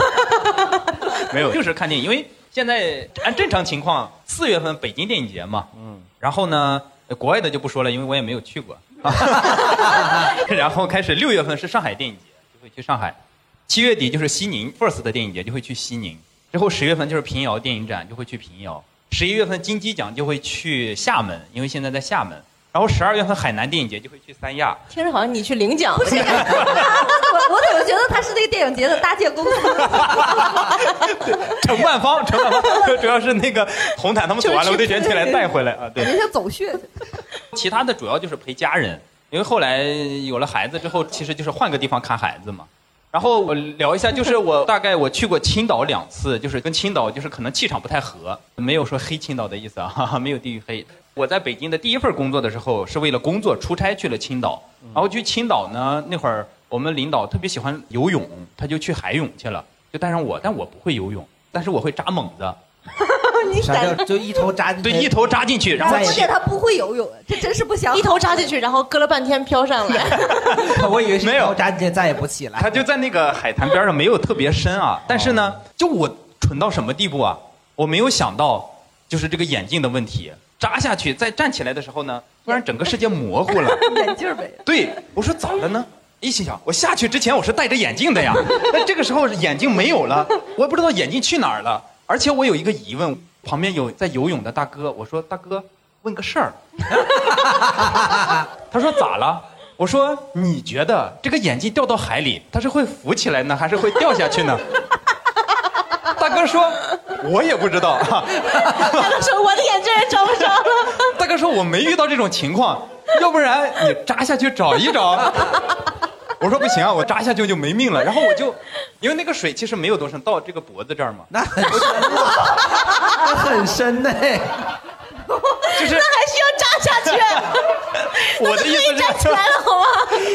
[SPEAKER 4] 没有，就是看电影。因为现在按正常情况，四月份北京电影节嘛，嗯，然后呢，呃国外的就不说了，因为我也没有去过。然后开始六月份是上海电影节，就会去上海；七月底就是西宁 First 的电影节，就会去西宁；之后十月份就是平遥电影展，就会去平遥；十一月份金鸡奖就会去厦门，因为现在在厦门。然后十二月份海南电影节就会去三亚，
[SPEAKER 5] 听着好像你去领奖，不啊是？
[SPEAKER 3] 我我怎么觉得他是那个电影节的搭建公司？
[SPEAKER 4] 承办方，承办方 主要是那个红毯他们走完了，我得卷起来带回来啊。对
[SPEAKER 3] 感，觉像走穴。
[SPEAKER 4] 其他的主要就是陪家人，因为后来有了孩子之后，其实就是换个地方看孩子嘛。然后我聊一下，就是我大概我去过青岛两次，就是跟青岛就是可能气场不太合，没有说黑青岛的意思啊， 哈哈，没有地域黑。我在北京的第一份工作的时候，是为了工作出差去了青岛，嗯然后去青岛呢，那会儿我们领导特别喜欢游泳，他就去海泳去了，就带上我，但我不会游泳，但是我会扎猛子，
[SPEAKER 5] 你
[SPEAKER 2] 啥叫就一头扎进
[SPEAKER 4] 对，一头扎进去，然后
[SPEAKER 3] 关
[SPEAKER 4] 起
[SPEAKER 3] 键他不会游泳，这真是不想。
[SPEAKER 5] 一头扎进去，然后搁了半天飘上 来。
[SPEAKER 2] 我以为是没有扎进去再也不起来。哦
[SPEAKER 4] 他就在那个海滩边上，没有特别深啊。但是呢，就我蠢到什么地步啊？我没有想到，就是这个眼镜的问题，扎下去再站起来的时候呢，突然整个世界模糊了。
[SPEAKER 3] 眼镜儿没了。
[SPEAKER 4] 对，我说咋了呢？一心想，我下去之前我是戴着眼镜的呀，那这个时候眼镜没有了，我也不知道眼镜去哪儿了。而且我有一个疑问，旁边有在游泳的大哥，我说大哥，问个事儿。 他说咋了？我说你觉得这个眼镜掉到海里，它是会浮起来呢，还是会掉下去呢？ 大哥说，我也不知道。
[SPEAKER 5] 大哥说我的眼镜也找不着了。
[SPEAKER 4] 大哥说我没遇到这种情况， 要不然你扎下去找一 找。我说不行啊，我扎下去就没命了。然后我就，因为那个水其实没有多深，到这个脖子这儿嘛。
[SPEAKER 2] 那很深了，很深呢。
[SPEAKER 4] 就是
[SPEAKER 5] 那还需要扎下去？
[SPEAKER 4] 我的意思是，
[SPEAKER 5] 起来了好吗？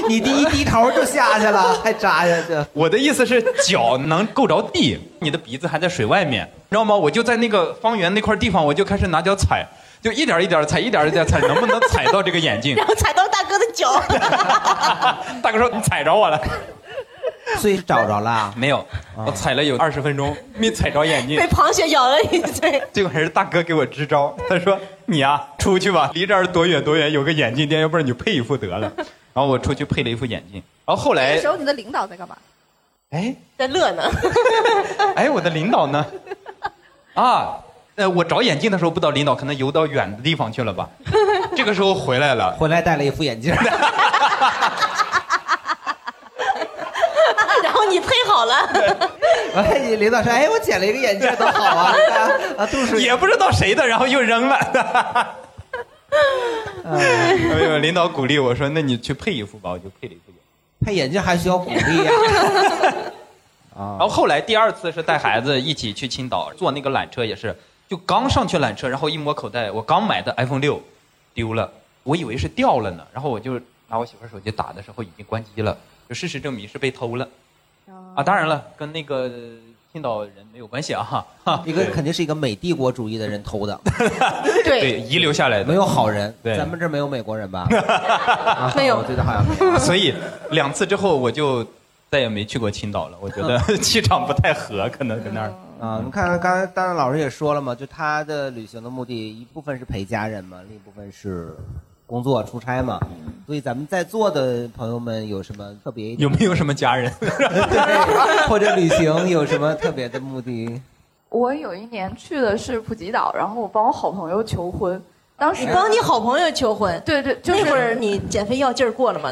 [SPEAKER 2] 你第一低头就下去了，还扎下去。
[SPEAKER 4] 我的意思是脚能够着地，你的鼻子还在水外面，知道吗？我就在那个方圆那块地方，我就开始拿脚踩，就一点儿一点儿踩，一点儿一点儿踩，能不能踩到这个眼 镜
[SPEAKER 5] 然？后踩到大哥的脚，
[SPEAKER 4] 大哥说你踩着我了，
[SPEAKER 2] 所以找着了。 哦
[SPEAKER 4] 没有，我踩了有二十分钟，没踩着眼 镜
[SPEAKER 5] 被。螃蟹咬了一 嘴。
[SPEAKER 4] 最后还是大哥给我支招，他说：“你呀、出去吧，离这儿多远多远有个眼镜店，要不然你配一副得了。” 然后我出去配了一副眼镜，然后后
[SPEAKER 3] 那
[SPEAKER 4] 来
[SPEAKER 3] 个时，候你的领导在干嘛？
[SPEAKER 4] 哎
[SPEAKER 5] 在乐呢。
[SPEAKER 4] 哎，我的领导 呢？啊，呃，我找眼镜的时候不知道领导可能游到远的地方去 了吧？这个时候回来了，
[SPEAKER 2] 回来戴了一副眼 镜。
[SPEAKER 5] 然后你配好了，
[SPEAKER 2] 哎，你领导说，哎，我捡了一个眼镜，多好啊！啊，度数
[SPEAKER 4] 也不知道谁的，然后又 扔了。哎呦，领导鼓励我说：“那你去配一副吧。”我就配了一副眼镜。
[SPEAKER 2] 配眼镜还需要鼓励啊 呀、啊
[SPEAKER 4] 然后后来第二次是带孩子一起去青岛坐那个缆车，也是就刚上去缆车，然后一摸口袋，我刚买的 iPhone 六丢了，我以为是掉了呢，然后我就拿我媳妇儿手机打的时候已经关机了，就事实证明是被偷了。
[SPEAKER 5] 哦
[SPEAKER 4] 啊，当然了，跟那个青岛人没有关系啊，哈哈
[SPEAKER 2] 一个肯定是一个美帝国主义的人偷的，
[SPEAKER 4] 对遗留下来的
[SPEAKER 2] 没有好人。
[SPEAKER 4] 对
[SPEAKER 2] 咱们这儿没有美国人吧？啊
[SPEAKER 5] 没有
[SPEAKER 2] 我觉得好像没有。
[SPEAKER 4] 所以两次之后我就再也没去过青岛了，我觉得 气场不太合，可能跟那儿。
[SPEAKER 2] 啊，你看，刚才当然老师也说了嘛，就他的旅行的目的，一部分是陪家人嘛，另一部分是工作出差嘛。所以咱们在座的朋友们有什么特别？
[SPEAKER 4] 有没有什么家人？
[SPEAKER 2] 对， 或者旅行有什么特别的目的？
[SPEAKER 17] 我有一年去的是普吉岛，然后我帮我好朋友求婚。当时
[SPEAKER 5] 你帮你好朋友求婚，
[SPEAKER 17] 对对，就是
[SPEAKER 5] 那会儿你减肥药劲儿过 了吗？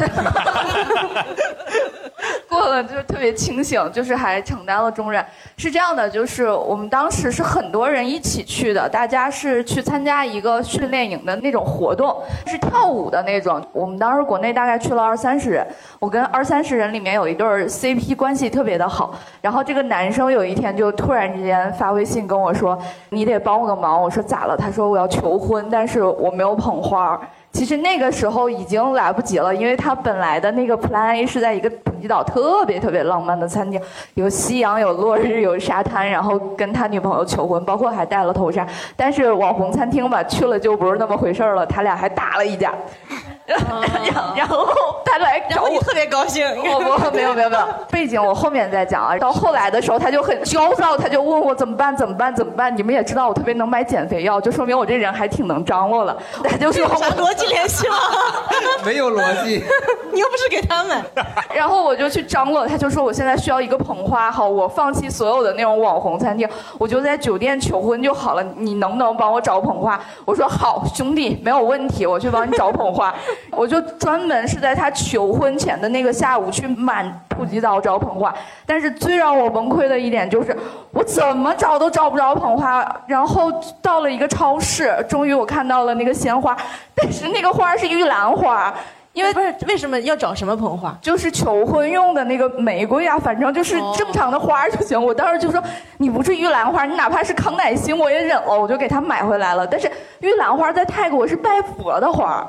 [SPEAKER 17] 过了就是特别清醒，就是还承担了重任。是这样的，就是我们当时是很多人一起去的，大家是去参加一个训练营的那种活动，是跳舞的那种。我们当时国内大概去了二三十人，我跟二三十人里面有一对儿 CP 关系特别的好。然后这个男生有一天就突然之间发微信跟我说：“你得帮我个忙。”我说：“咋了？”他说：“我要求婚，但是我没有捧花儿。”其实那个时候已经来不及了，因为他本来的那个 Plan A 是在一个普吉岛特别特别浪漫的餐厅，有夕阳，有落日，有沙滩，然后跟他女朋友求婚，包括还戴了头纱。但是网红餐厅吧，去了就不是那么回事儿了，他俩还打了一架。然后他来找我，特别高 兴。
[SPEAKER 5] 哦
[SPEAKER 17] 我我没有没有没有， 背景我后面再讲啊。到后来的时候，他就很焦躁，他就问我怎么办怎么办怎么办。你们也知道我特别能买减肥药，就说明我这人还挺能张罗了。他就说
[SPEAKER 5] 这有啥逻辑联 系吗？
[SPEAKER 2] 没有逻辑，
[SPEAKER 5] 你又不是给他们。
[SPEAKER 17] 然后我就去张罗，他就说我现在需要一个捧花，好，我放弃所有的那种网红餐厅，我就在酒店求婚就好了。你能不能帮我找捧花？我说好，兄弟，没有问题，我去帮你找捧花。 我就专门是在他求婚前的那个下午去满普吉岛找捧花。但是最让我崩溃的一点就是，我怎么找都找不着捧花。然后到了一个超市，终于我看到了那个鲜花，但是那个花是玉兰花。因为不是为什么要找什么捧花？就是求婚用的那个玫瑰啊，反正就是正常的花就行。我当时就说，你不是玉兰花，你哪怕是康乃馨我也忍了，我就给他买回来了。但是玉兰花在泰国是拜佛的花，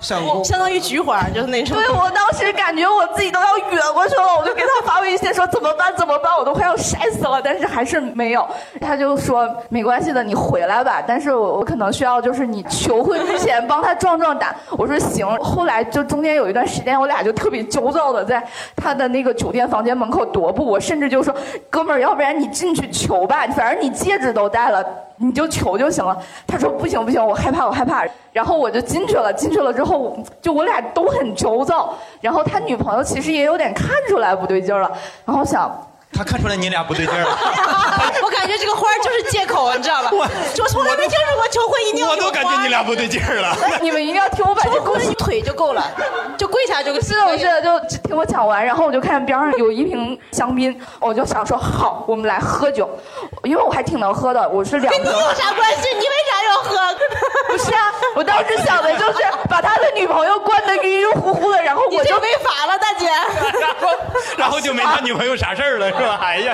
[SPEAKER 2] 上
[SPEAKER 5] 供相当于菊花，就是那种。
[SPEAKER 17] 对我当时感觉我自己都要晕过去了，我就给他发微信说怎么办怎么办，我都快要晒死了，但是还是没有。他就说没关系的，你回来吧，但是我我可能需要就是你求婚之前帮他壮壮胆。我说行，后来就中间有一段时间，我俩就特别焦躁的在他的那个酒店房间门口踱步，我甚至就说哥们儿，要不然你进去求吧，反正你戒指都戴了。你就求就行了。他说不行不行，我害怕我害怕。然后我就进去了，进去了之后，就我俩都很焦躁。然后他女朋友其实也有点看出来不对劲儿了，然后想
[SPEAKER 4] 他看出来你俩不对劲儿了。
[SPEAKER 5] 我感觉这个花儿就是借口，你知道吧？
[SPEAKER 4] 我
[SPEAKER 5] 我从来没听说过求婚一定要
[SPEAKER 4] 我都
[SPEAKER 5] 有
[SPEAKER 4] 感
[SPEAKER 5] 花
[SPEAKER 4] 觉
[SPEAKER 5] 儿
[SPEAKER 4] 你俩不对劲儿了。
[SPEAKER 17] 你们一定要听我把这故事，
[SPEAKER 5] 腿就够了，就跪下就可以
[SPEAKER 17] 是的，是的，就只听我讲完。然后我就看边上有一瓶香槟，我就想说好，我们来喝酒，因为我还挺能喝的，我是两。
[SPEAKER 5] 跟你有啥关系？你为啥要喝？
[SPEAKER 17] 不是 啊， 我当时想的就是把他的女朋友灌得晕晕乎乎的，然后我就
[SPEAKER 5] 违法了，大姐。
[SPEAKER 4] 然后就没他女朋友啥事儿了，是吧？哎呀，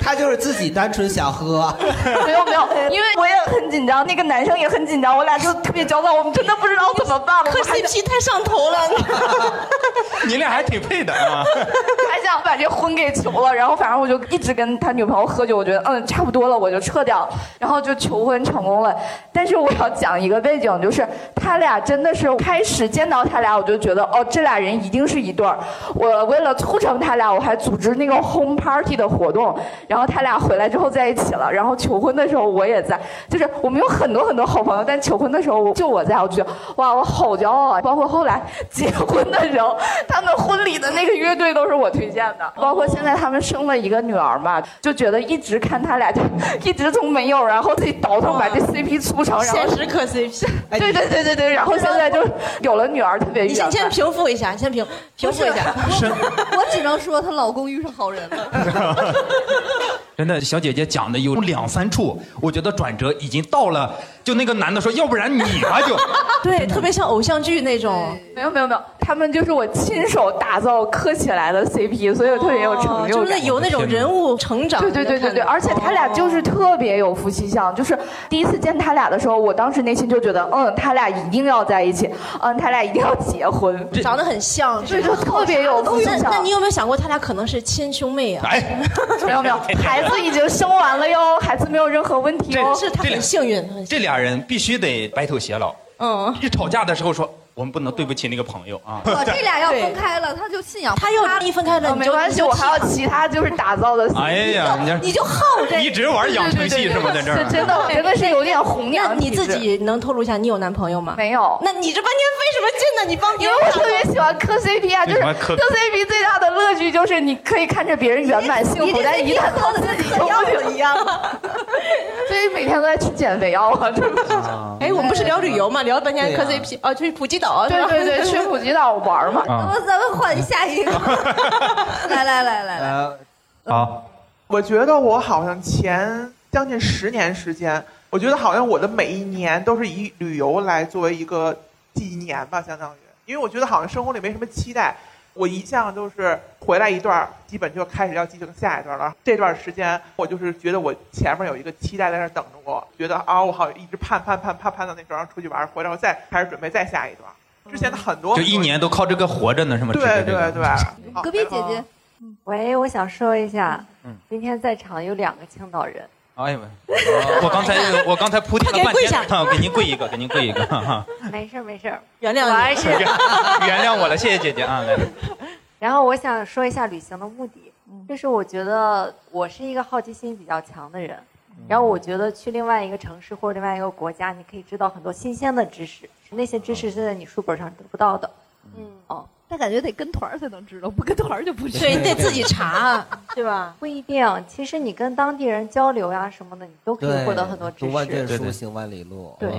[SPEAKER 2] 他就是自己单纯想喝。
[SPEAKER 17] 没有没有，因为我也很紧张，那个男生也很紧张，我俩就特别焦躁，我们真的不知道怎么办。
[SPEAKER 5] 磕 CP 太上头了。
[SPEAKER 4] 你俩还挺配的啊。
[SPEAKER 17] 还想把这婚给求了，然后反正我就一直跟他女朋友喝酒，我觉得嗯差不多了，我就撤掉了，然后就求婚成功了。但是我要讲一个背景，就是他俩真的是开始见到他俩，我就觉得哦这俩人一定是一对儿。我为了促成他俩，我还组织那个 home party 的活动，然后他俩回来之后在一起了，然后求婚的时候我也在，就是我们有很多很多好朋友，但求婚的时候就我在，我就觉得哇我好骄傲啊！包括后来结婚的时候，他们婚礼的那个乐队都是我推荐的，
[SPEAKER 5] 哦
[SPEAKER 17] 包括现在他们生了一个女儿嘛，就觉得一直看他俩就一直从没有，然后自己倒腾把这 CP 促成，然后
[SPEAKER 5] 现实磕 CP。
[SPEAKER 17] 对对对对对，然后现在就有了女啊儿，特别
[SPEAKER 5] 你先
[SPEAKER 17] 圆
[SPEAKER 5] 先
[SPEAKER 17] 满。
[SPEAKER 5] 平复一下，先平平复一 下。
[SPEAKER 3] 我只能说她老公遇上好人 了。
[SPEAKER 4] 真的，小姐姐讲的有两三处，我觉得转折已经到了，就那个男的说，要不然你吧就。
[SPEAKER 5] 对，特别像偶像剧那种。
[SPEAKER 17] 没有没有没有，他们就是我亲手打造磕起来的 CP，所以我特别有成就感。
[SPEAKER 5] 哦就是有那种人物成长。
[SPEAKER 17] 对对对对对，而且他俩就是特别有夫妻相，就是第一次见他俩的时候，我当时内心就觉得，嗯，他俩一定要在一起，嗯，他俩一定要结婚，
[SPEAKER 5] 长得很像，
[SPEAKER 17] 对，就特别有夫妻
[SPEAKER 5] 那
[SPEAKER 17] 相。
[SPEAKER 5] 那你有没有想过，他俩可能是亲兄妹啊？
[SPEAKER 4] 哎
[SPEAKER 17] 没 有没有，孩子已经生完了哟，孩子没有任何问题
[SPEAKER 4] 这
[SPEAKER 17] 哦，
[SPEAKER 4] 这俩
[SPEAKER 5] 幸运。
[SPEAKER 4] 这俩人必须得白头偕老。
[SPEAKER 5] 嗯，
[SPEAKER 4] 一吵架的时候说，我们不能对不起那个朋友啊。
[SPEAKER 3] 我这俩要分开了，他就信仰他又哦
[SPEAKER 5] 一分开
[SPEAKER 3] 了
[SPEAKER 17] 呃没关系，我还 有其他就是打造的。
[SPEAKER 4] 哎呀你这你就
[SPEAKER 5] 耗
[SPEAKER 4] 这一直玩养成系是吗在这儿
[SPEAKER 17] 真的真的是有点红
[SPEAKER 5] 那
[SPEAKER 17] 娘
[SPEAKER 5] 你
[SPEAKER 17] 体质
[SPEAKER 5] 自己能透露一下你有男朋友吗？
[SPEAKER 17] 没有。
[SPEAKER 5] 那你这半天为什么进呢？你帮别
[SPEAKER 17] 因
[SPEAKER 5] 人
[SPEAKER 17] 为我
[SPEAKER 5] 打工
[SPEAKER 17] 特别喜欢磕 CP 啊，就是
[SPEAKER 5] 为什么
[SPEAKER 17] 磕
[SPEAKER 5] 磕
[SPEAKER 17] CP 最大的乐趣就是你可以看着别人圆满幸
[SPEAKER 5] 你
[SPEAKER 17] 福，
[SPEAKER 5] 这
[SPEAKER 17] 但一旦
[SPEAKER 5] 磕
[SPEAKER 17] 到
[SPEAKER 5] 得
[SPEAKER 17] 自
[SPEAKER 5] 跟
[SPEAKER 17] 己
[SPEAKER 5] 嗑
[SPEAKER 17] 就
[SPEAKER 5] 药
[SPEAKER 17] 不
[SPEAKER 5] 了一样。
[SPEAKER 17] 所以每天都在吃减肥药啊，真的。
[SPEAKER 5] 哎，我们不是聊旅游吗？聊了半天
[SPEAKER 17] 对
[SPEAKER 5] 磕
[SPEAKER 17] 呀
[SPEAKER 5] CP 哦，去普吉岛是
[SPEAKER 17] 对
[SPEAKER 5] 吧。
[SPEAKER 17] 对对，去 普吉岛玩嘛。
[SPEAKER 4] 啊
[SPEAKER 3] 咱们换下一个，来来来来来，
[SPEAKER 4] 好，
[SPEAKER 16] 我觉得我好像前将近十年时间，我觉得好像我的每一年都是以旅游来作为一个纪年吧，相当于，因为我觉得好像生活里没什么期待，我一向都是回来一段儿，基本就开始要进行下一段了。这段时间我就是觉得我前面有一个期待在那儿等着我，觉得啊，我好像一直盼盼盼盼盼到那时候然后出去玩儿，回来我再开始准备再下一段。之前的很多啊
[SPEAKER 4] 就一年都靠这个活着呢，是吗？
[SPEAKER 16] 对
[SPEAKER 4] 指着
[SPEAKER 16] 对
[SPEAKER 4] 这个
[SPEAKER 16] 对，
[SPEAKER 7] 隔壁姐姐，喂，我想说一下，今天在场有两个青岛人，
[SPEAKER 4] 哎呀妈呀！我刚才我刚才铺垫了半天，
[SPEAKER 7] 快给跪下
[SPEAKER 4] 啊给您跪一个，给您跪一个，哈哈
[SPEAKER 7] 没事儿没事儿，
[SPEAKER 5] 原谅
[SPEAKER 7] 我还是。
[SPEAKER 4] 原谅我了，谢谢姐姐啊，来来，
[SPEAKER 7] 然后我想说一下旅行的目的，
[SPEAKER 5] 嗯
[SPEAKER 7] 就是我觉得我是一个好奇心比较强的人，然后我觉得去另外一个城市或者另外一个国家，你可以知道很多新鲜的知识，那些知识是在你书本上得不到的。
[SPEAKER 5] 嗯
[SPEAKER 7] 哦，
[SPEAKER 3] 但感觉得跟团儿才能知道，不跟团儿就不知道。
[SPEAKER 5] 对，你得自己 查，啊对吧？
[SPEAKER 7] 不一定，其实你跟当地人交流呀、什么的，你都 可以获得很多知
[SPEAKER 2] 读万卷
[SPEAKER 7] 识。
[SPEAKER 2] 书，行万里路。
[SPEAKER 7] 对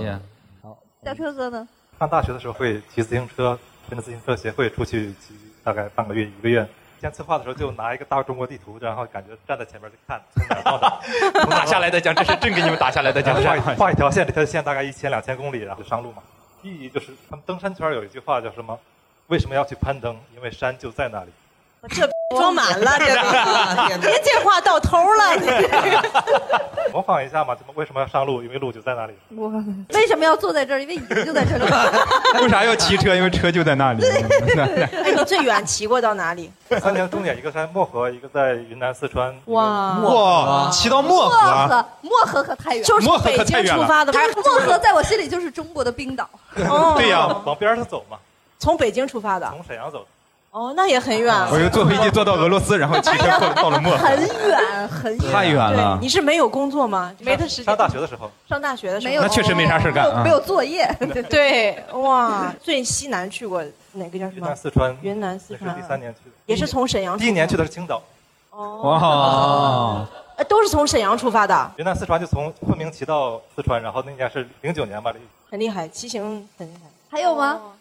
[SPEAKER 2] 嗯
[SPEAKER 3] 小车哥呢？
[SPEAKER 12] 上大学的时候会骑自行车，跟着自行车协会出去骑，大概半个月一个月。先策划的时候就拿一个大中国地图，然后感觉站在前面就 看，从哪儿到哪儿，
[SPEAKER 4] 我打下来再讲，这是真给你们打下来再讲，
[SPEAKER 12] 画一画一条线，这条线大概一千两千公里，然后就上路嘛。意义就是他们登山圈有一句话叫什么？为什么要去攀登？因为山就在 那里。
[SPEAKER 5] 这 装满了，这里 别这话到头了。
[SPEAKER 12] 模仿一下嘛，怎么为什么要上路？因为路就在那里。
[SPEAKER 3] 我 为什么要坐在这儿？因为椅子就在 这里。
[SPEAKER 4] 为啥要骑车？因为车就在那里。
[SPEAKER 5] 哎，你最远骑过到哪里？
[SPEAKER 12] 三条重点，一个在漠河，一个在云南四川。
[SPEAKER 5] 哇
[SPEAKER 4] 哇，骑到漠河
[SPEAKER 3] 漠
[SPEAKER 4] 啊，
[SPEAKER 3] 河，漠河可太远了，
[SPEAKER 12] 就是漠河可太远了北京出发
[SPEAKER 5] 的
[SPEAKER 3] 就是漠河在我心里就是中国的冰岛。
[SPEAKER 5] 哦
[SPEAKER 4] 对呀
[SPEAKER 12] 往边上走嘛，
[SPEAKER 5] 从北京出发的，
[SPEAKER 12] 从沈阳走。
[SPEAKER 5] 哦，那也很远。
[SPEAKER 4] 我又坐飞机坐到俄罗斯，然后骑车过到了漠 河。
[SPEAKER 5] 很远很远，
[SPEAKER 4] 太远了
[SPEAKER 5] 对你是没有工作吗？没得时间。
[SPEAKER 12] 啊上大学的时候，
[SPEAKER 5] 上大学的时候，
[SPEAKER 4] 没有那确实没啥事干啊没有
[SPEAKER 3] 作 业。
[SPEAKER 5] 对，哇，最西南去过哪个叫什
[SPEAKER 12] 云
[SPEAKER 5] 么
[SPEAKER 12] 南？四川。
[SPEAKER 5] 云南四川
[SPEAKER 12] 那是第三年去的。
[SPEAKER 5] 也是从沈阳出发。
[SPEAKER 12] 第一年去的是青岛，
[SPEAKER 3] 哦
[SPEAKER 4] 哇，
[SPEAKER 5] 呃，都是从沈阳出发的，
[SPEAKER 12] 云南四川就从昆明骑到四川，然后那年是零九年吧，
[SPEAKER 5] 很厉害，骑行很厉害。
[SPEAKER 18] 还有吗？哦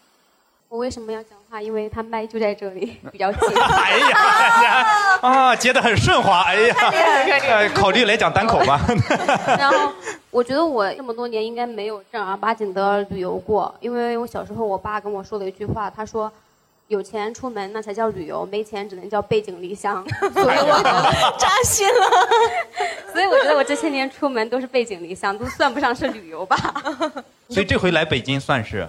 [SPEAKER 18] 我为什么要讲话？因为他麦就在这里，比较近。
[SPEAKER 4] 哎呀哎呀，啊，接的很顺滑，哎呀
[SPEAKER 18] 太厉害了，
[SPEAKER 4] 呃考虑来讲单口吧。
[SPEAKER 18] 然后我觉得我这么多年应该没有正儿八经的旅游过，因为我小时候我爸跟我说了一句话，他说。有钱出门那才叫旅游，没钱只能叫背井离乡。 所以我
[SPEAKER 5] 哎扎心了。
[SPEAKER 18] 所以我觉得我这些年出门都是背井离乡，都算不上是旅游吧。
[SPEAKER 4] 所以这回来北京算是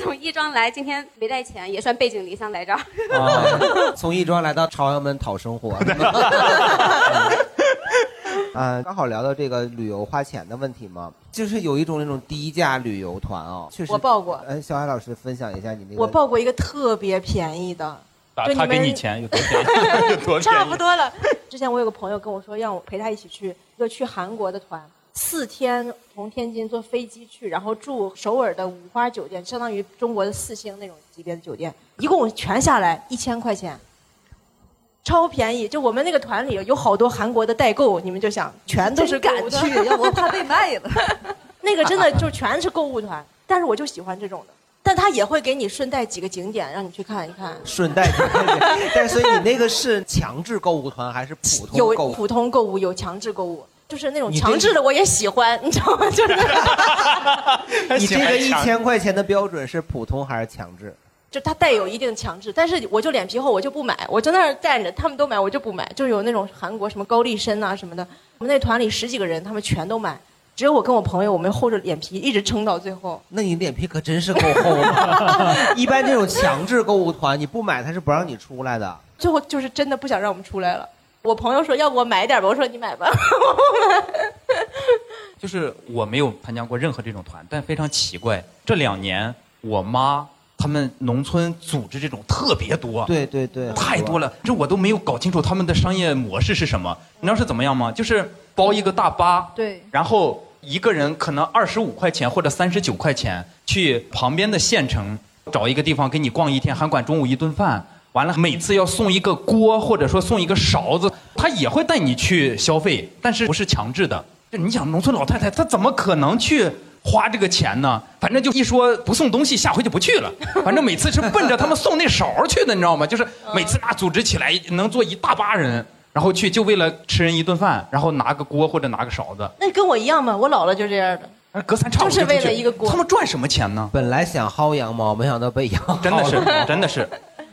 [SPEAKER 18] 从亦庄来，今天没带钱，也算背井离乡来这儿。
[SPEAKER 2] 啊从亦庄来到朝阳门讨生 活。啊，刚好聊到这个旅游花钱的问题嘛，就是有一种那种低价旅游团哦，确实
[SPEAKER 5] 我报过
[SPEAKER 2] 哎，小海老师分享一下你那个。
[SPEAKER 5] 我报过一个特别便宜的，
[SPEAKER 4] 打
[SPEAKER 5] 就
[SPEAKER 4] 他给
[SPEAKER 5] 们
[SPEAKER 4] 你钱有多便宜，有多 便
[SPEAKER 5] 差
[SPEAKER 4] 宜
[SPEAKER 5] 不。多了。 之前我有个朋友跟我说，让我陪他一起去一个去韩国的团，四天从天津坐飞机去，然后住首尔的五花酒店，相当于中国的四星那种级别的酒店，一共全下来一千块钱，超便宜。就我们那个团里有好多韩国的代购，你们就想全都是
[SPEAKER 3] 真
[SPEAKER 5] 购物
[SPEAKER 3] 敢
[SPEAKER 5] 团
[SPEAKER 3] 去，要不我怕被卖了。
[SPEAKER 5] 那个真的就全是购物团，但是我就喜欢这种的。但他也会给你顺带几个景点让你去看一看，
[SPEAKER 2] 顺带， 但所以你那个是强制购物团还是普通
[SPEAKER 5] 有
[SPEAKER 2] 购物？
[SPEAKER 5] 普通购物，有强制购物，就是那种
[SPEAKER 2] 你这
[SPEAKER 5] 强制的我也喜欢，你知道吗？就是
[SPEAKER 2] 你这个一
[SPEAKER 5] 还
[SPEAKER 2] 千块钱的标准是普通还是强制？
[SPEAKER 5] 就它带有一定强制，但是我就脸皮厚，我就不买，我就在那儿站着，他们都买，我就不买。就有那种韩国什么高丽参啊什么的，我们那团里十几个人，他们全都买，只有我跟我朋友，我们厚着脸皮一直撑到最后。
[SPEAKER 2] 那你脸皮可真是够厚啊了。 一般这种强制购物团，你不买他是不让你出来的。
[SPEAKER 5] 最后就是真的不想让我们出来了。我朋友说要不我买点吧，我说你买 吧。
[SPEAKER 4] 就是我没有参加过任何这种团，但非常奇怪，这两年我妈他们农村组织这种特别多，
[SPEAKER 2] 对对对，
[SPEAKER 4] 太多了，这我都没有搞清楚他们的商业模式是什么。你知道是怎么样吗？就是包一个大巴，
[SPEAKER 3] 对，
[SPEAKER 4] 然后一个人可能二十五块钱或者三十九块钱，去旁边的县城找一个地方给你逛一天，还管中午一顿饭。完了，每次要送一个锅或者说送一个勺子，他也会带你去消费，但是不是强制的。就你想，农村老太太她怎么可能去花这个钱呢？反正就一说不送东西，下回就不去了。反正每次是奔着他们送那勺儿去的，你知道吗？就是每次那组织起来能坐一大把人，然后去就为了吃人一顿饭，然后拿个锅或者拿个勺子。
[SPEAKER 5] 那跟我一样嘛，我姥姥就这样的。
[SPEAKER 4] 隔三差
[SPEAKER 5] 就
[SPEAKER 4] 五
[SPEAKER 5] 是为
[SPEAKER 4] 出
[SPEAKER 5] 了
[SPEAKER 4] 去
[SPEAKER 5] 一个锅
[SPEAKER 4] 他们赚什么钱呢？
[SPEAKER 2] 本来想薅羊毛，没想到被羊
[SPEAKER 4] 真的是，真的是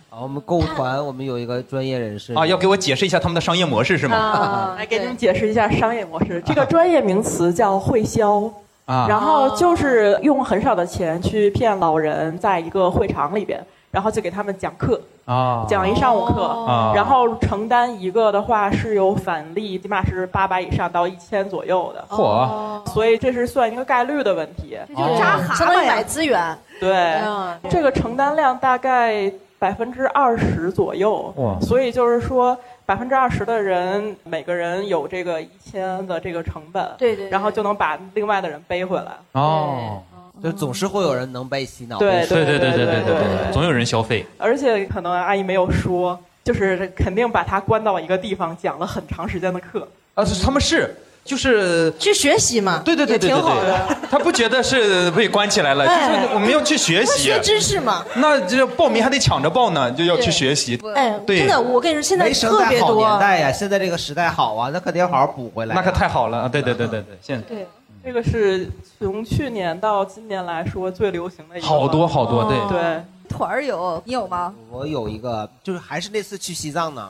[SPEAKER 2] 啊！我们购物团，我们有一个专业人士
[SPEAKER 4] 啊！要给我解释一下他们的商业模式是吗？
[SPEAKER 10] 啊，来给你们解释一下商业模式。这个专业名词叫会销，
[SPEAKER 4] 啊
[SPEAKER 10] 然后就是用很少的钱去骗老人，在一个会场里边，然后就给他们讲课，
[SPEAKER 4] 啊
[SPEAKER 10] 讲一上午课，
[SPEAKER 4] 哦
[SPEAKER 10] 然后承担一个的话是有返利，起码是八百以上到一千左右的。
[SPEAKER 4] 嚯！
[SPEAKER 10] 所以这是算一个概率的问题。
[SPEAKER 5] 就扎哈相当于买资源。
[SPEAKER 10] 对
[SPEAKER 5] 嗯，
[SPEAKER 10] 这个承担量大概百分之二十左右
[SPEAKER 4] 哇，
[SPEAKER 10] 所以就是说百分之二十的人，每个人有这个一千的这个成本，
[SPEAKER 5] 对对对
[SPEAKER 10] 然后就能把另外的人背回来。
[SPEAKER 4] 哦，
[SPEAKER 2] 就是总是会有人能被洗脑。
[SPEAKER 10] 对
[SPEAKER 4] 对对对对对
[SPEAKER 10] 对
[SPEAKER 4] 对，总有人消费。
[SPEAKER 10] 而且可能阿姨没有说，就是肯定把他关到一个地方，讲了很长时间的课。
[SPEAKER 4] 啊，他们是就是
[SPEAKER 5] 去学习嘛，
[SPEAKER 4] 对对对
[SPEAKER 10] 也
[SPEAKER 4] 对对
[SPEAKER 10] 挺好
[SPEAKER 4] 对，他不觉得是被关起来了，
[SPEAKER 5] 哎
[SPEAKER 4] 就是我们要去学习，
[SPEAKER 5] 学知识嘛。
[SPEAKER 4] 那这报名还得抢着报呢，就要去
[SPEAKER 5] 对
[SPEAKER 4] 学习。
[SPEAKER 5] 哎，
[SPEAKER 4] 对
[SPEAKER 5] 真的，我跟你说，现在
[SPEAKER 2] 没生
[SPEAKER 5] 特别
[SPEAKER 2] 好
[SPEAKER 5] 多。
[SPEAKER 2] 年代呀，现在这个时代好啊，那肯定要好好补回来。
[SPEAKER 4] 那可太好了啊！对对对对对，现在
[SPEAKER 10] 对，这个是从去年到今年来说最流行的一个
[SPEAKER 4] 好多好多
[SPEAKER 10] 方
[SPEAKER 4] 对
[SPEAKER 10] 法对。
[SPEAKER 3] 团儿有，你有吗？
[SPEAKER 2] 我有一个，就是还是那次去西藏呢，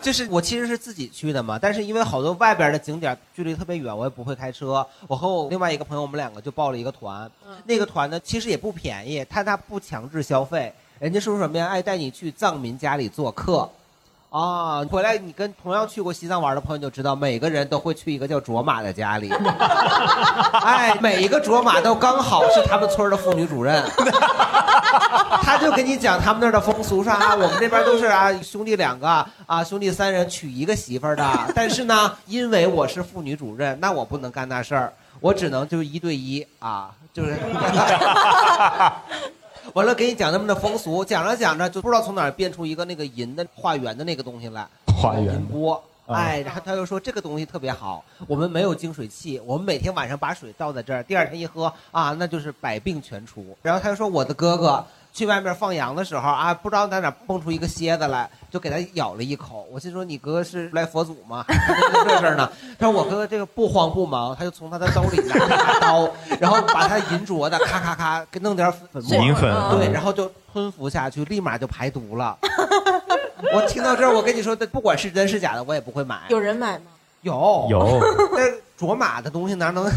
[SPEAKER 2] 就是我其实是自己去的嘛，但是因为好多外边的景点距离特别远，我也不会开车。我和我另外一个朋友，我们两个就报了一个团，那个团呢其实也不便宜，他他不强制消费，人家说什么呀？爱带你去藏民家里做客。啊，回来你跟同样去过西藏玩的朋友就知道，每个人都会去一个叫卓玛的家里。哎，每一个卓玛都刚好是他们村儿的妇女主任，他就给你讲他们那儿的风俗上啊，我们这边都是啊兄弟两个啊兄弟三人娶一个媳妇儿的，但是呢，因为我是妇女主任，那我不能干那事儿，我只能就是一对一啊，就是。 完了，给你讲他们的风俗，讲着讲着就不知道从哪儿变出一个那个银的化缘的那个东西来，
[SPEAKER 4] 花园
[SPEAKER 2] 银钵。
[SPEAKER 4] 啊
[SPEAKER 2] 哎，然后他又说这个东西特别好，我们没有净水器，我们每天晚上把水倒在这儿，第二天一喝啊，那就是百病全除。然后他又说我的哥哥去外面放羊的时候啊，不知道在哪儿蹦出一个蝎子来，就给他咬了一口。我心说你哥哥是来佛祖吗？还跟这事儿呢？他说我哥哥这个不慌不忙，他就从他的兜里拿了一把刀，然后把他银镯的咔咔咔给弄点粉末，
[SPEAKER 4] 银粉嗯
[SPEAKER 2] 对，然后就吞服下去，立马就排毒了。我听到这儿，我跟你说，不管是真是假的，我也不会买。
[SPEAKER 5] 有人买吗？
[SPEAKER 2] 有
[SPEAKER 4] 有，
[SPEAKER 2] 但是卓玛的东西 哪能？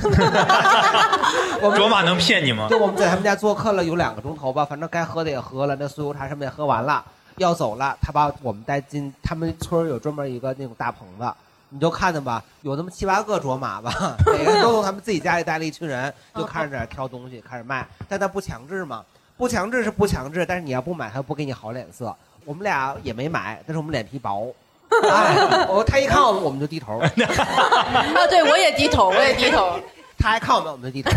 [SPEAKER 4] 卓玛能骗你吗
[SPEAKER 2] 对，我们在他们家做客了有两个钟头吧，反正该喝的也喝了，那酥油茶什么也喝完了，要走了，他把我们带进他们村儿有专门一个那种大棚子。你就看着吧，有那么七八个卓玛吧， 每个人都从他们自己家里带了一群人，就开始在那儿挑东西，开始卖。但他不强制嘛，不强制是不强制，但是你要不买，他不给你好脸色。我们俩也没买，但是我们脸皮 薄，哎，我他一看我们，我们就低头。
[SPEAKER 5] 啊，对，我也低头，我也低头。
[SPEAKER 2] 他还看我们，我们就低 头。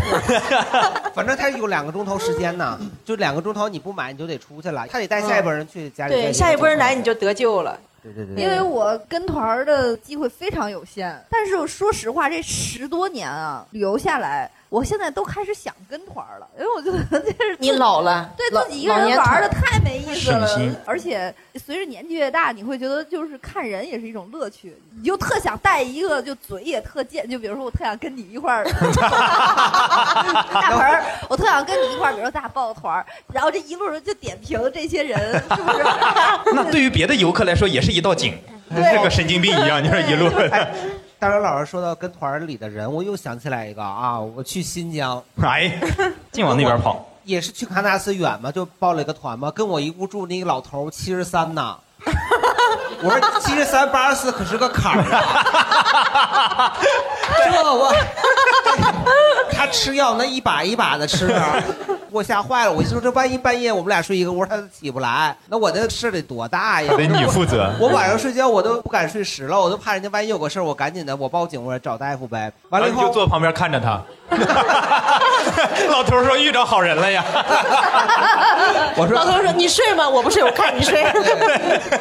[SPEAKER 2] 反正他有两个钟头时间呢，就两个钟头你不买你就得出去了，他得带下一波人去家
[SPEAKER 5] 嗯
[SPEAKER 2] 里。
[SPEAKER 5] 对，下一波人来你。就得救了。
[SPEAKER 2] 对对对。
[SPEAKER 3] 因为我跟团儿的机会非常有限，但是说实话，这十多年啊，旅游下来，我现在都开始想跟团儿了，因为我觉得这是
[SPEAKER 5] 你老了
[SPEAKER 3] 对
[SPEAKER 5] 老
[SPEAKER 3] 自己一个
[SPEAKER 5] 老
[SPEAKER 3] 人
[SPEAKER 5] 年
[SPEAKER 3] 玩儿
[SPEAKER 5] 团
[SPEAKER 3] 的太没意思了
[SPEAKER 5] 省心，
[SPEAKER 3] 而且随着年纪越大，你会觉得就是看人也是一种乐趣，你就特想带一个就嘴也特贱，就比如说我特想跟你一块 儿大盆儿，我特想跟你一块儿，比如说咱俩报个团儿，然后这一路就点评这些人是不是？
[SPEAKER 4] 那对于别的游客来说也是一道井，
[SPEAKER 5] 哎
[SPEAKER 3] 对
[SPEAKER 4] 这个神经病一样，你说一路。
[SPEAKER 2] 大刘老师说到跟团儿里的人，我又想起来一个啊，我去新疆，
[SPEAKER 4] 哎， 净往那边跑。
[SPEAKER 2] 也是去喀纳斯远嘛，就报了一个团嘛，跟我一屋住那个老头七十三呢。我说七十三八十四可是个坎儿啊！ 这我他吃药那一把一把的吃啊，给我吓坏了。我一说这万一半夜我们俩睡一个屋，他起不来，那我的事儿得多大呀？
[SPEAKER 4] 得你负责
[SPEAKER 2] 我晚上睡觉我都不敢睡实了，我都怕人家万一有个事儿，我赶紧的我报警，我找大夫呗。完了以
[SPEAKER 4] 然后啊
[SPEAKER 2] 后
[SPEAKER 4] 你就坐旁边看着他。啊老头说遇着好人了呀。
[SPEAKER 2] 我说
[SPEAKER 5] 老头说你睡吧，我不睡，我看你睡。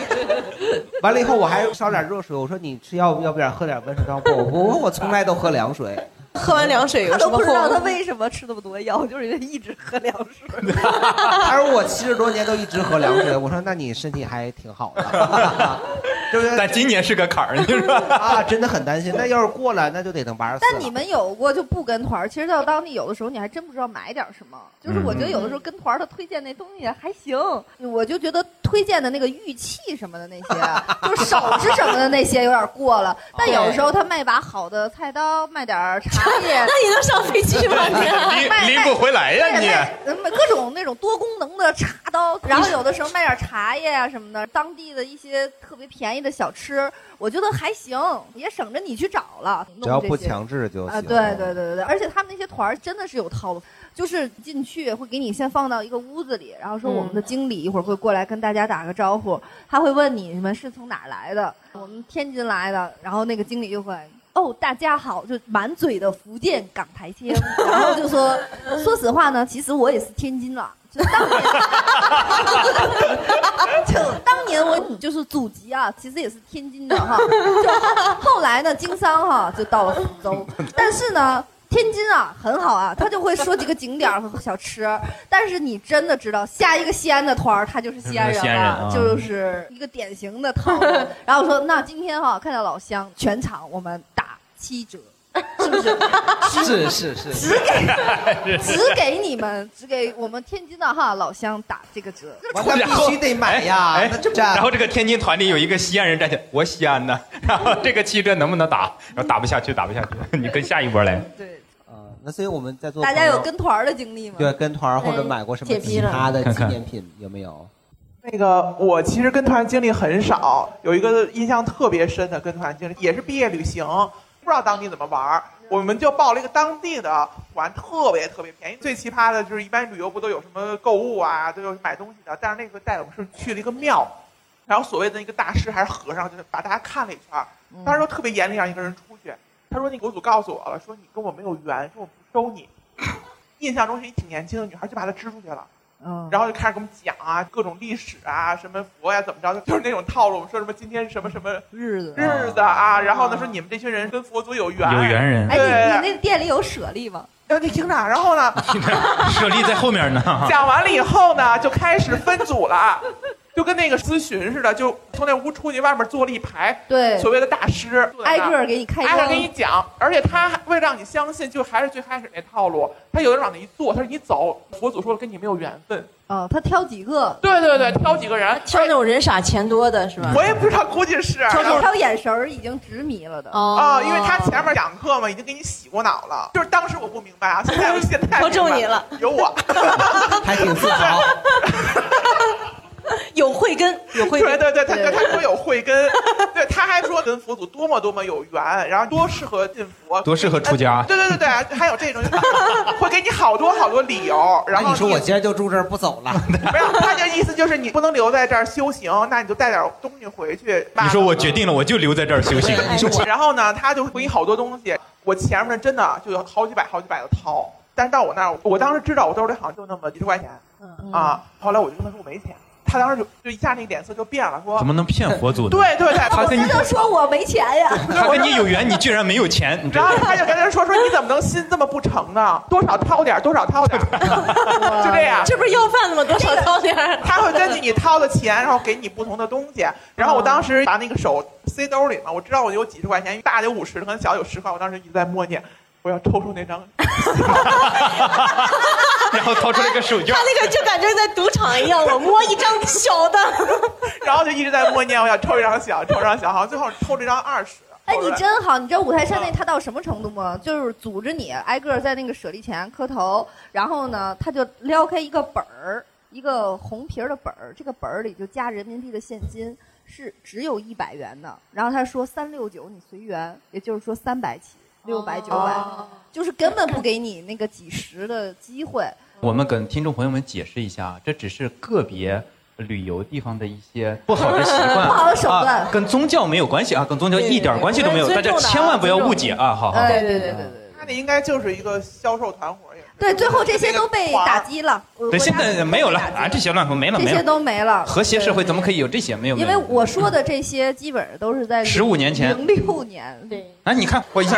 [SPEAKER 2] 完了以后我还烧点热水，我说你吃药要不然喝点温水汤。不不不，我从来都喝凉水。
[SPEAKER 5] 喝完凉水有
[SPEAKER 3] 他
[SPEAKER 5] 什
[SPEAKER 3] 都
[SPEAKER 5] 么
[SPEAKER 3] 不知道
[SPEAKER 5] 后
[SPEAKER 3] 他
[SPEAKER 5] 果？
[SPEAKER 3] 为什么吃那么多药， 就是因为一直喝凉水。
[SPEAKER 2] 他说我七十多年都一直喝凉水，我说那你身体还挺好的， 对不对？
[SPEAKER 4] 但今年是个坎儿，你说
[SPEAKER 2] 啊，真的很担心。那要是过了，那就得等八十四。
[SPEAKER 3] 但你们有过就不跟团儿？其实到当地有的时候你还真不知道买点儿什么。就是我觉得有的时候跟团儿他推荐那东西还行，我就觉得推荐的那个玉器什么的那 些，就是首饰什么的那些有点过了。但有时候他卖把好的菜刀，卖点儿茶叶，
[SPEAKER 5] 那你能上飞机吗 你
[SPEAKER 3] 卖卖
[SPEAKER 4] 拎不回来呀
[SPEAKER 3] 卖
[SPEAKER 4] 你
[SPEAKER 3] 卖卖各种那种多功能的茶刀，然后有的时候卖点茶叶啊什么的，当地的一些特别便宜的小吃，我觉得还行，也省着你去找了。弄
[SPEAKER 2] 只要
[SPEAKER 3] 这
[SPEAKER 2] 不
[SPEAKER 3] 些
[SPEAKER 2] 强制就
[SPEAKER 3] 啊，
[SPEAKER 2] 行。
[SPEAKER 3] 对对对对对，而且他们那些团儿真的是有套路，就是进去会给你先放到一个屋子里，然后说我们的经理一会儿会过来跟大家打个招呼，他会问你们是从哪儿来的，我们天津来的，然后那个经理就会。哦，大家好，就满嘴的福建港台啊腔，然后就说， 说实话呢，其实我也是天津了，就 就当年我你就是祖籍啊，其实也是天津的哈。就后来呢，经商哈就到了福州，但是呢。天津啊，很好啊，他就会说几个景点儿和小吃，但是你真的知道，下一个西安的团儿，他就是西安人
[SPEAKER 8] 西安
[SPEAKER 3] 了，
[SPEAKER 8] 人啊
[SPEAKER 3] 就是一个典型的套路。然后说，那今天哈、看到老乡，全场我们打七折，
[SPEAKER 2] 是是是，
[SPEAKER 3] 只 给只给你们， 只给我们天津的哈老乡打这个折，这
[SPEAKER 2] 那必须得买呀
[SPEAKER 4] 哎
[SPEAKER 2] 那这不
[SPEAKER 4] 然后这个天津团里有一个西安人站起来，我西安的，然后这个七折能不能打？然后打不下去，打不下去， 你跟下一波来。
[SPEAKER 2] 那所以我们在座
[SPEAKER 3] 大家有
[SPEAKER 2] 朋友
[SPEAKER 3] 跟团儿的经历吗？
[SPEAKER 2] 对跟团儿或者买过什么
[SPEAKER 3] 铁皮
[SPEAKER 2] 其
[SPEAKER 3] 了
[SPEAKER 2] 他的纪念品有没有？
[SPEAKER 16] 那个我其实跟团经历很少，有一个印象特别深的跟团经历，也是毕业旅行，不知道当地怎么玩儿，我们就报了一个当地的团，特别特别便宜。最奇葩的就是一般旅游不都有什么购物啊，都有买东西的，但是那个带我们是去了一个庙，然后所谓的一个大师还是和尚，就是把大家看了一圈儿，当时都特别严厉，让一个人出去。他说：“那国祖告诉我了，说你跟我没有缘，说我不收你。”印象中是一挺年轻的女孩，就把他支出去了。
[SPEAKER 3] 嗯，
[SPEAKER 16] 然后就开始给我们讲啊，各种历史啊，什么佛呀、怎么着，就是那种套路，说什么今天什么什么
[SPEAKER 3] 嗯日子嗯
[SPEAKER 16] 日子啊，然后呢说你们这群人跟佛祖有缘，
[SPEAKER 4] 有缘人
[SPEAKER 3] 哎，
[SPEAKER 16] 对，
[SPEAKER 3] 你你那店里有舍利吗？
[SPEAKER 16] 然后你听着，然后呢，
[SPEAKER 4] 舍利在后面呢。
[SPEAKER 16] 讲完了以后呢，就开始分组了，就跟那个咨询似的，就从那屋出去，外面坐了一排，
[SPEAKER 3] 对
[SPEAKER 16] 所谓的大师，
[SPEAKER 3] 挨个儿给你开光
[SPEAKER 16] 挨个儿给你讲，而且他还为了让你相信，就还是最开始那套路，他有人往那一坐，他说你走，佛祖说了跟你没有缘分，
[SPEAKER 3] 哦，他挑几个？
[SPEAKER 16] 对对对，挑几个人，
[SPEAKER 5] 挑那种人傻钱多的是吧？
[SPEAKER 2] 嗯
[SPEAKER 16] 我也不知道，估计是
[SPEAKER 3] 挑挑眼神儿已经直迷了的。
[SPEAKER 5] 哦
[SPEAKER 16] 啊、因为他前面讲课嘛，已经给你洗过脑了。就是当时我不明白 啊，现在我现在
[SPEAKER 5] 我中你了，
[SPEAKER 16] 有我，
[SPEAKER 2] 还挺自豪。
[SPEAKER 5] 有慧根，有慧根。
[SPEAKER 16] 对对对，他他说有慧根，对，他还说跟佛祖多么多么有缘，然后多适合进佛，呃
[SPEAKER 4] 多适合出家
[SPEAKER 16] 对对对对，还有这种 会给你好多好多理由，然
[SPEAKER 2] 那
[SPEAKER 16] 后
[SPEAKER 2] 哎你说我今儿就住这儿不走 了，
[SPEAKER 16] 没有，他的意思就是你不能留在这儿修行，那你就带点东西回去。
[SPEAKER 4] 你说我决定了，我就留在这儿修行。
[SPEAKER 16] 哎然后呢，他就给你好多东西，我前面真的就有好几百、好几百的掏，但是到我那儿，我当时知道我兜里好像就那么几十块钱，
[SPEAKER 3] 嗯
[SPEAKER 16] 啊，后来我就跟他说我没钱，他当时就就一下那个脸色就变了，说
[SPEAKER 4] 怎么能骗佛祖呢？
[SPEAKER 16] 对对对，
[SPEAKER 4] 他跟你
[SPEAKER 3] 说我没钱呀，
[SPEAKER 4] 他跟你有缘，你居然没有钱，你 这
[SPEAKER 16] 然后 他就跟他说说你怎么能心这么不诚呢？多少掏点儿，多少掏点儿，就这样。
[SPEAKER 5] 这不是要饭的吗？多少掏点儿。
[SPEAKER 16] 他会根据你掏的钱，然后给你不同的东西。然
[SPEAKER 5] 哦
[SPEAKER 16] 后我当时把那个手塞兜里嘛，我知道我有几十块钱，大的有五十，可能小的有十块。我当时一直在默念，我要抽出 那张。
[SPEAKER 4] 然后掏出来个手绢
[SPEAKER 5] 他。那个就感觉在赌场一样，我摸一张小的，
[SPEAKER 16] 然后就一直在默念，我要抽一张小，抽一张小，好像最后抽了一张二十。
[SPEAKER 3] 哎，你真好！你知道五台山
[SPEAKER 4] 啊
[SPEAKER 3] 那他到什么程度吗？就是组织你挨个在那个舍利前磕头，然后呢，他就撩开一个本儿，一个红皮儿的本儿，这个本儿里就加人民币的现金，是只有一百元的。然后他说三六九你随缘，也就是说三百起，六百九百
[SPEAKER 8] 哦，
[SPEAKER 3] 就是根本不给你那个几十的机会。
[SPEAKER 4] 我们跟听众朋友们解释一下，这只是个别旅游地方的一些不好的习惯，
[SPEAKER 14] 不好的手段
[SPEAKER 4] 啊跟宗教没有关系啊，跟宗教一点关系都没有，
[SPEAKER 16] 对
[SPEAKER 4] 大
[SPEAKER 16] 对对
[SPEAKER 4] 家千万不要误解啊！
[SPEAKER 5] 哎
[SPEAKER 4] 好好，好
[SPEAKER 16] 对对对对
[SPEAKER 4] 嗯
[SPEAKER 16] 他那应该就是一个销售团伙，
[SPEAKER 3] 对，最后这些都被打击了。
[SPEAKER 4] 对，现在没有了啊，这些乱说没了，
[SPEAKER 3] 这
[SPEAKER 4] 没
[SPEAKER 3] 些
[SPEAKER 4] 了。
[SPEAKER 3] 都没了。
[SPEAKER 4] 和谐社会怎么可以有这些？没有，没
[SPEAKER 3] 因
[SPEAKER 4] 有
[SPEAKER 3] 为我说的这些基本上都是在
[SPEAKER 4] 15年前
[SPEAKER 3] 零六年。对，
[SPEAKER 4] 哎，你看我一下，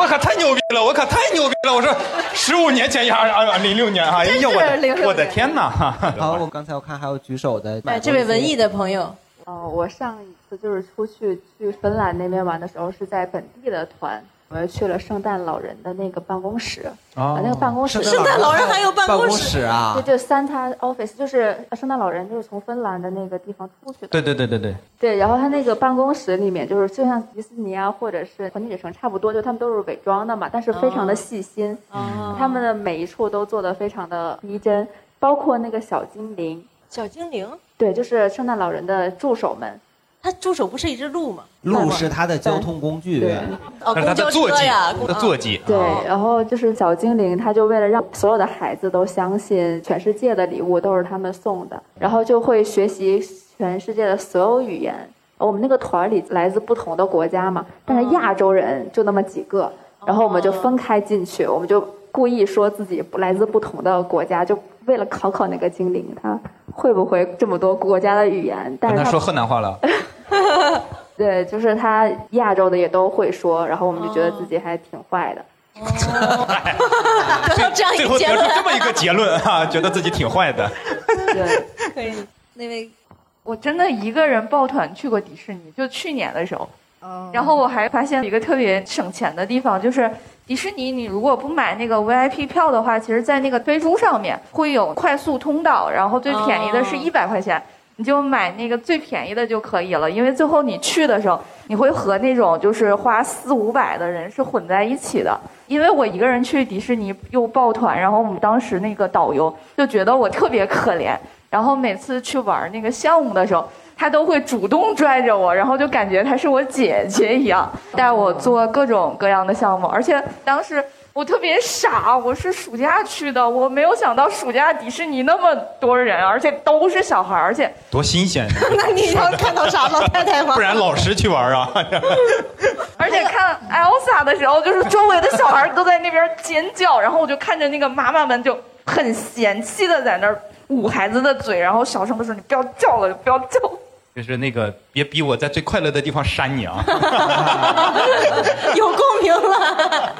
[SPEAKER 4] 我可太牛逼了，我可太牛逼了！我说十五年前呀，啊啊，零六年啊，哎
[SPEAKER 3] 真是
[SPEAKER 4] 呀，我
[SPEAKER 3] 06
[SPEAKER 4] 的
[SPEAKER 3] 年
[SPEAKER 4] 我的天哪！
[SPEAKER 2] 好，我刚才我看还有举手的，
[SPEAKER 5] 哎，这位文艺的朋友，
[SPEAKER 6] 哦，我上一次就是出去去芬兰那边玩的时候，是在本地的团，我们去了圣诞老人的那个办公室。
[SPEAKER 2] 哦
[SPEAKER 6] 啊，那个办公室，
[SPEAKER 2] 圣诞老人还有办公室办公室啊
[SPEAKER 6] 对，就 Santa Office，就是圣诞老人，就是从芬兰的那个地方出去的。
[SPEAKER 4] 对对对对对，
[SPEAKER 6] 对，然后他那个办公室里面，就是就像迪士尼啊，或者是环球影城差不多，就他们都是伪装的嘛，但是非常
[SPEAKER 5] 哦
[SPEAKER 6] 的细心，他们的每一处都做的非常的逼真，包括那个小精灵，
[SPEAKER 5] 小精灵，
[SPEAKER 6] 对，就是圣诞老人的助手们，
[SPEAKER 5] 他助手不是一只鹿吗？
[SPEAKER 2] 路是他的交通工具，
[SPEAKER 5] 哦，
[SPEAKER 4] 那
[SPEAKER 5] 公
[SPEAKER 4] 是他的
[SPEAKER 5] 交
[SPEAKER 4] 坐
[SPEAKER 5] 车
[SPEAKER 4] 骑
[SPEAKER 5] 呀，，
[SPEAKER 4] 他的
[SPEAKER 2] 嗯
[SPEAKER 4] 坐骑。
[SPEAKER 6] 对，然后就是小精灵，他就为了让所有的孩子都相信全世界的礼物都是他们送的，然后就会学习全世界的所有语言。我们那个团儿里来自不同的国家嘛，但是亚洲人就那么几个，然后我们就分开进去，我们就故意说自己不来自不同的国家，就为了考考那个精灵，他会不会这么多国家的语言？但
[SPEAKER 4] 跟他
[SPEAKER 6] 是他
[SPEAKER 4] 说河南话了，
[SPEAKER 6] 对，就是他亚洲的也都会说，然后我们就觉得自己还挺坏的。
[SPEAKER 5] 得到这样一
[SPEAKER 4] 最
[SPEAKER 5] 个
[SPEAKER 4] 后
[SPEAKER 5] 结
[SPEAKER 4] 得出
[SPEAKER 5] 论，
[SPEAKER 4] 这么一个结论啊，觉得自己挺坏的。
[SPEAKER 6] 可以，
[SPEAKER 3] 那位
[SPEAKER 17] 我真的一个人抱团去过迪士尼，就去年的时候。然后我还发现一个特别省钱的地方，就是迪士尼，你如果不买那个 VIP 票的话，其实，在那个飞猪上面会有快速通道，然后最便宜的是
[SPEAKER 5] 哦
[SPEAKER 6] 一百块钱，你就买那个最便宜的就可以了。因为最后你去的时候，你会和那种就是花四五百的人是混在一起的。因为我一个人去迪士尼又抱团，然后我们当时那个导游就觉得我特别可怜，然后每次去玩那个项目的时候。他都会主动拽着我，然后就感觉她是我姐姐一样，带我做各种各样的项目。而且当时我特别傻，我是暑假去的，我没有想到暑假迪士尼那么多人，而且都是小孩儿，而且
[SPEAKER 4] 多新鲜！ 啊
[SPEAKER 17] 那你要看到啥老太太吗
[SPEAKER 4] 不然 老师去玩啊，
[SPEAKER 6] 而且看 Elsa 的时候，就是周围的小孩儿都在那边尖叫，然后我就看着那个妈妈们就很嫌弃的在那儿捂孩子的嘴，然后小声的说：“你不要叫了，不要叫。”
[SPEAKER 4] 就是那个别逼我在最快乐的地方扇你啊！
[SPEAKER 5] 有共鸣了。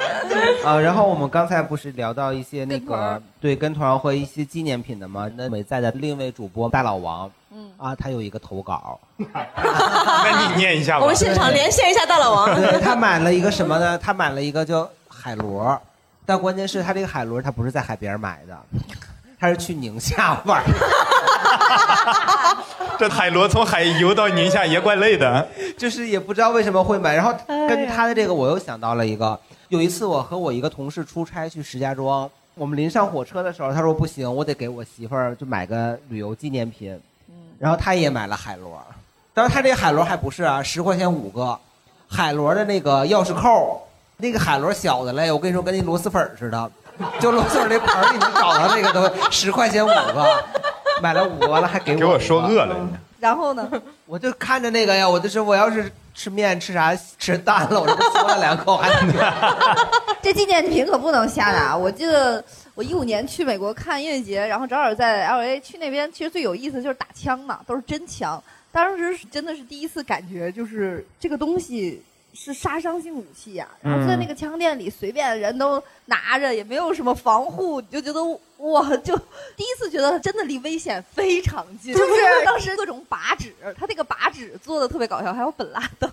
[SPEAKER 2] 啊，然后我们刚才不是聊到一些那个对跟团和一些纪念品的吗？那美在的另一位主播大老王，嗯啊，他有一个投稿，
[SPEAKER 4] 那你念 一下吧。
[SPEAKER 5] 我们现场连线一下大老王。
[SPEAKER 2] 对他买了一个什么呢？他买了一个叫海螺，但关键是他这个海螺他不是在海边买的，他是去宁夏玩儿。
[SPEAKER 4] 这海螺从海游到宁夏也怪累的。
[SPEAKER 2] 就是也不知道为什么会买。然后
[SPEAKER 5] 哎
[SPEAKER 2] 跟他的这个，我又想到了一个，有一次我和我一个同事出差去石家庄，我们临上火车的时候，他说不行，我得给我媳妇儿就买个旅游纪念品，
[SPEAKER 5] 嗯
[SPEAKER 2] 然后他也买了海螺，但是他这个海螺还不是啊，十块钱五个，海螺的那个钥匙扣，那个海螺小的嘞，我跟你说跟那螺蛳粉儿似的，就螺蛳粉儿那盆儿你能找到那个东西， 十块钱五个，买了五个完了还给我给我
[SPEAKER 4] 说饿了。
[SPEAKER 2] 然后呢，我就看着那个呀，我就是我要是吃面吃啥吃淡了，我这不嗦了两口还
[SPEAKER 3] 这纪念品可不能瞎拿。我记得我一五年去美国看音乐节，然后正好在 L A 去那边，其实最有意思就是打枪嘛，都是真枪。当时是真的是第一次感觉，就是这个东西是杀伤性武器呀、
[SPEAKER 19] 嗯
[SPEAKER 3] 然后在那个枪店里，随便人都拿着，也没有什么防护，你就觉得哇，就第一次觉得真的离危险非常近。
[SPEAKER 19] 就是
[SPEAKER 3] 当时各种靶纸，他那个靶纸做的特别搞笑，还有本拉登。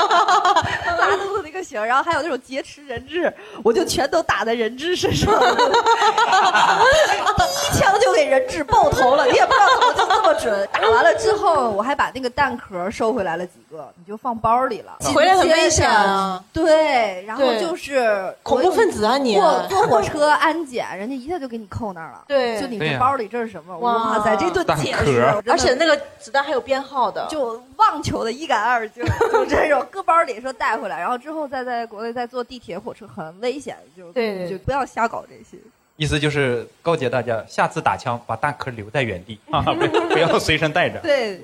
[SPEAKER 3] 拉肚子那个型儿，然后还有那种劫持人质，我就全都打在人质身上， 第一枪就给人质爆头了，你也不知道怎么就这么准。打完了之后，我还把那个蛋壳收回来了几个，你就放包里了。
[SPEAKER 5] 回来很危险啊
[SPEAKER 3] 紧接着对，然后
[SPEAKER 5] 对
[SPEAKER 3] 就是
[SPEAKER 5] 恐怖分子啊你
[SPEAKER 3] 坐坐火车安检，人家一下就给你扣那儿了。
[SPEAKER 5] 对
[SPEAKER 3] 就你
[SPEAKER 5] 对
[SPEAKER 3] 这
[SPEAKER 5] 呀
[SPEAKER 3] 包里这是什么？哇塞，这顿
[SPEAKER 5] 蛋
[SPEAKER 3] 解
[SPEAKER 5] 壳
[SPEAKER 3] 释，我真的
[SPEAKER 5] 而且那个子弹还有编号的，
[SPEAKER 3] 就妄求的一干二净，就这种搁包里说带回来，然后之后再在国内再坐地铁、火车很危险，就
[SPEAKER 5] 对对
[SPEAKER 3] 就不要瞎搞这些。
[SPEAKER 4] 意思就是告诫大家，下次打枪把弹壳留在原地，哈哈，不不要随身带着。
[SPEAKER 2] 对。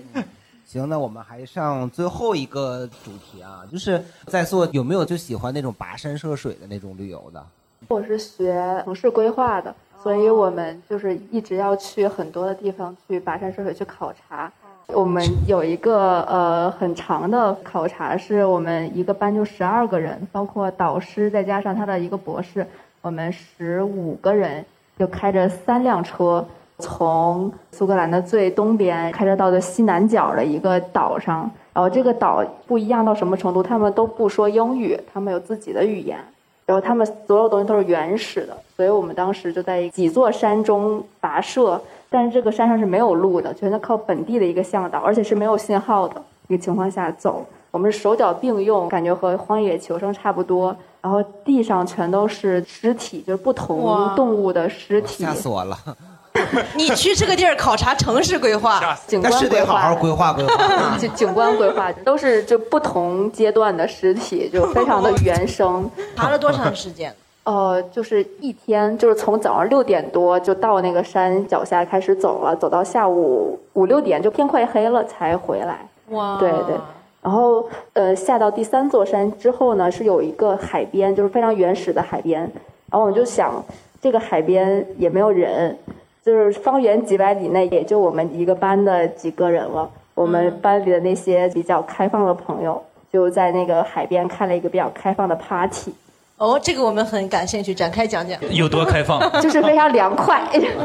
[SPEAKER 2] 行，那我们还上最后一个主题啊，就是在座有没有就喜欢那种跋山涉水的那种旅游的？
[SPEAKER 6] 我是学城市规划的，所以我们就是一直要去很多的地方去跋山涉水去考察。我们有一个呃很长的考察，是我们一个班就十二个人，包括导师再加上他的一个博士，我们十五个人就开着三辆车，从苏格兰的最东边开车到的西南角的一个岛上。然后这个岛不一样到什么程度，他们都不说英语，他们有自己的语言。然后他们所有东西都是原始的，所以我们当时就在几座山中跋涉，但是这个山上是没有路的，全都靠本地的一个向导，而且是没有信号的一个情况下走。我们是手脚并用，感觉和荒野求生差不多。然后地上全都是尸体，就是不同
[SPEAKER 5] 哇
[SPEAKER 6] 动物的尸体。
[SPEAKER 2] 吓死我了！
[SPEAKER 5] 你去这个地儿考察城市规划，
[SPEAKER 6] 景观
[SPEAKER 2] 那是得
[SPEAKER 6] 规划
[SPEAKER 2] 好好规划规划啊。
[SPEAKER 6] 景景观规划都是就不同阶段的尸体，就非常的原生。
[SPEAKER 5] 爬了多长时间？
[SPEAKER 6] 呃，就是一天，就是从早上六点多就到那个山脚下开始走了，走到下午五六点就天快黑了才回来。
[SPEAKER 5] 哇
[SPEAKER 6] 对嗯对。然后呃，下到第三座山之后呢，是有一个海边，就是非常原始的海边。然后我们就想，这个海边也没有人，就是方圆几百里内也就我们一个班的几个人了。我们班里的那些比较开放的朋友，就在那个海边开了一个比较开放的 party。
[SPEAKER 5] 哦，这个我们很感兴趣，展开讲讲。
[SPEAKER 4] 有多开放？
[SPEAKER 6] 就是非常凉快，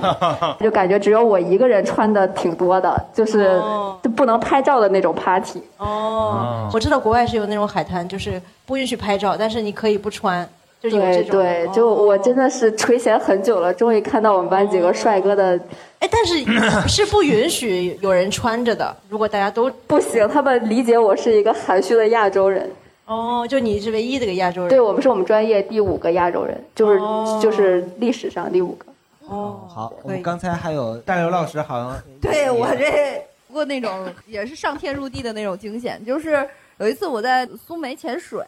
[SPEAKER 6] 就感觉只有我一个人穿的挺多的，就是就不能拍照的那种 party。
[SPEAKER 5] 哦
[SPEAKER 4] 啊
[SPEAKER 6] 哦，
[SPEAKER 5] 我知道国外是有那种海滩，就是不允许拍照，但是你可以不穿，就是有这
[SPEAKER 6] 对
[SPEAKER 5] 种。哦
[SPEAKER 6] 对，就我真的是垂涎很久了，终于看到我们班几个帅哥的。
[SPEAKER 5] 哎，但 是是不允许有人穿着的，如果大家都
[SPEAKER 6] 不行，他们理解我是一个含蓄的亚洲人。
[SPEAKER 5] 哦，就你是唯一的一个亚洲人。
[SPEAKER 6] 对我们是我们专业第五个亚洲人，就是、就是历史上第五个。
[SPEAKER 5] 哦，
[SPEAKER 2] 好，我们刚才还有大刘老师好像
[SPEAKER 3] 对我这不过那种也是上天入地的那种惊险，就是有一次我在苏梅潜水，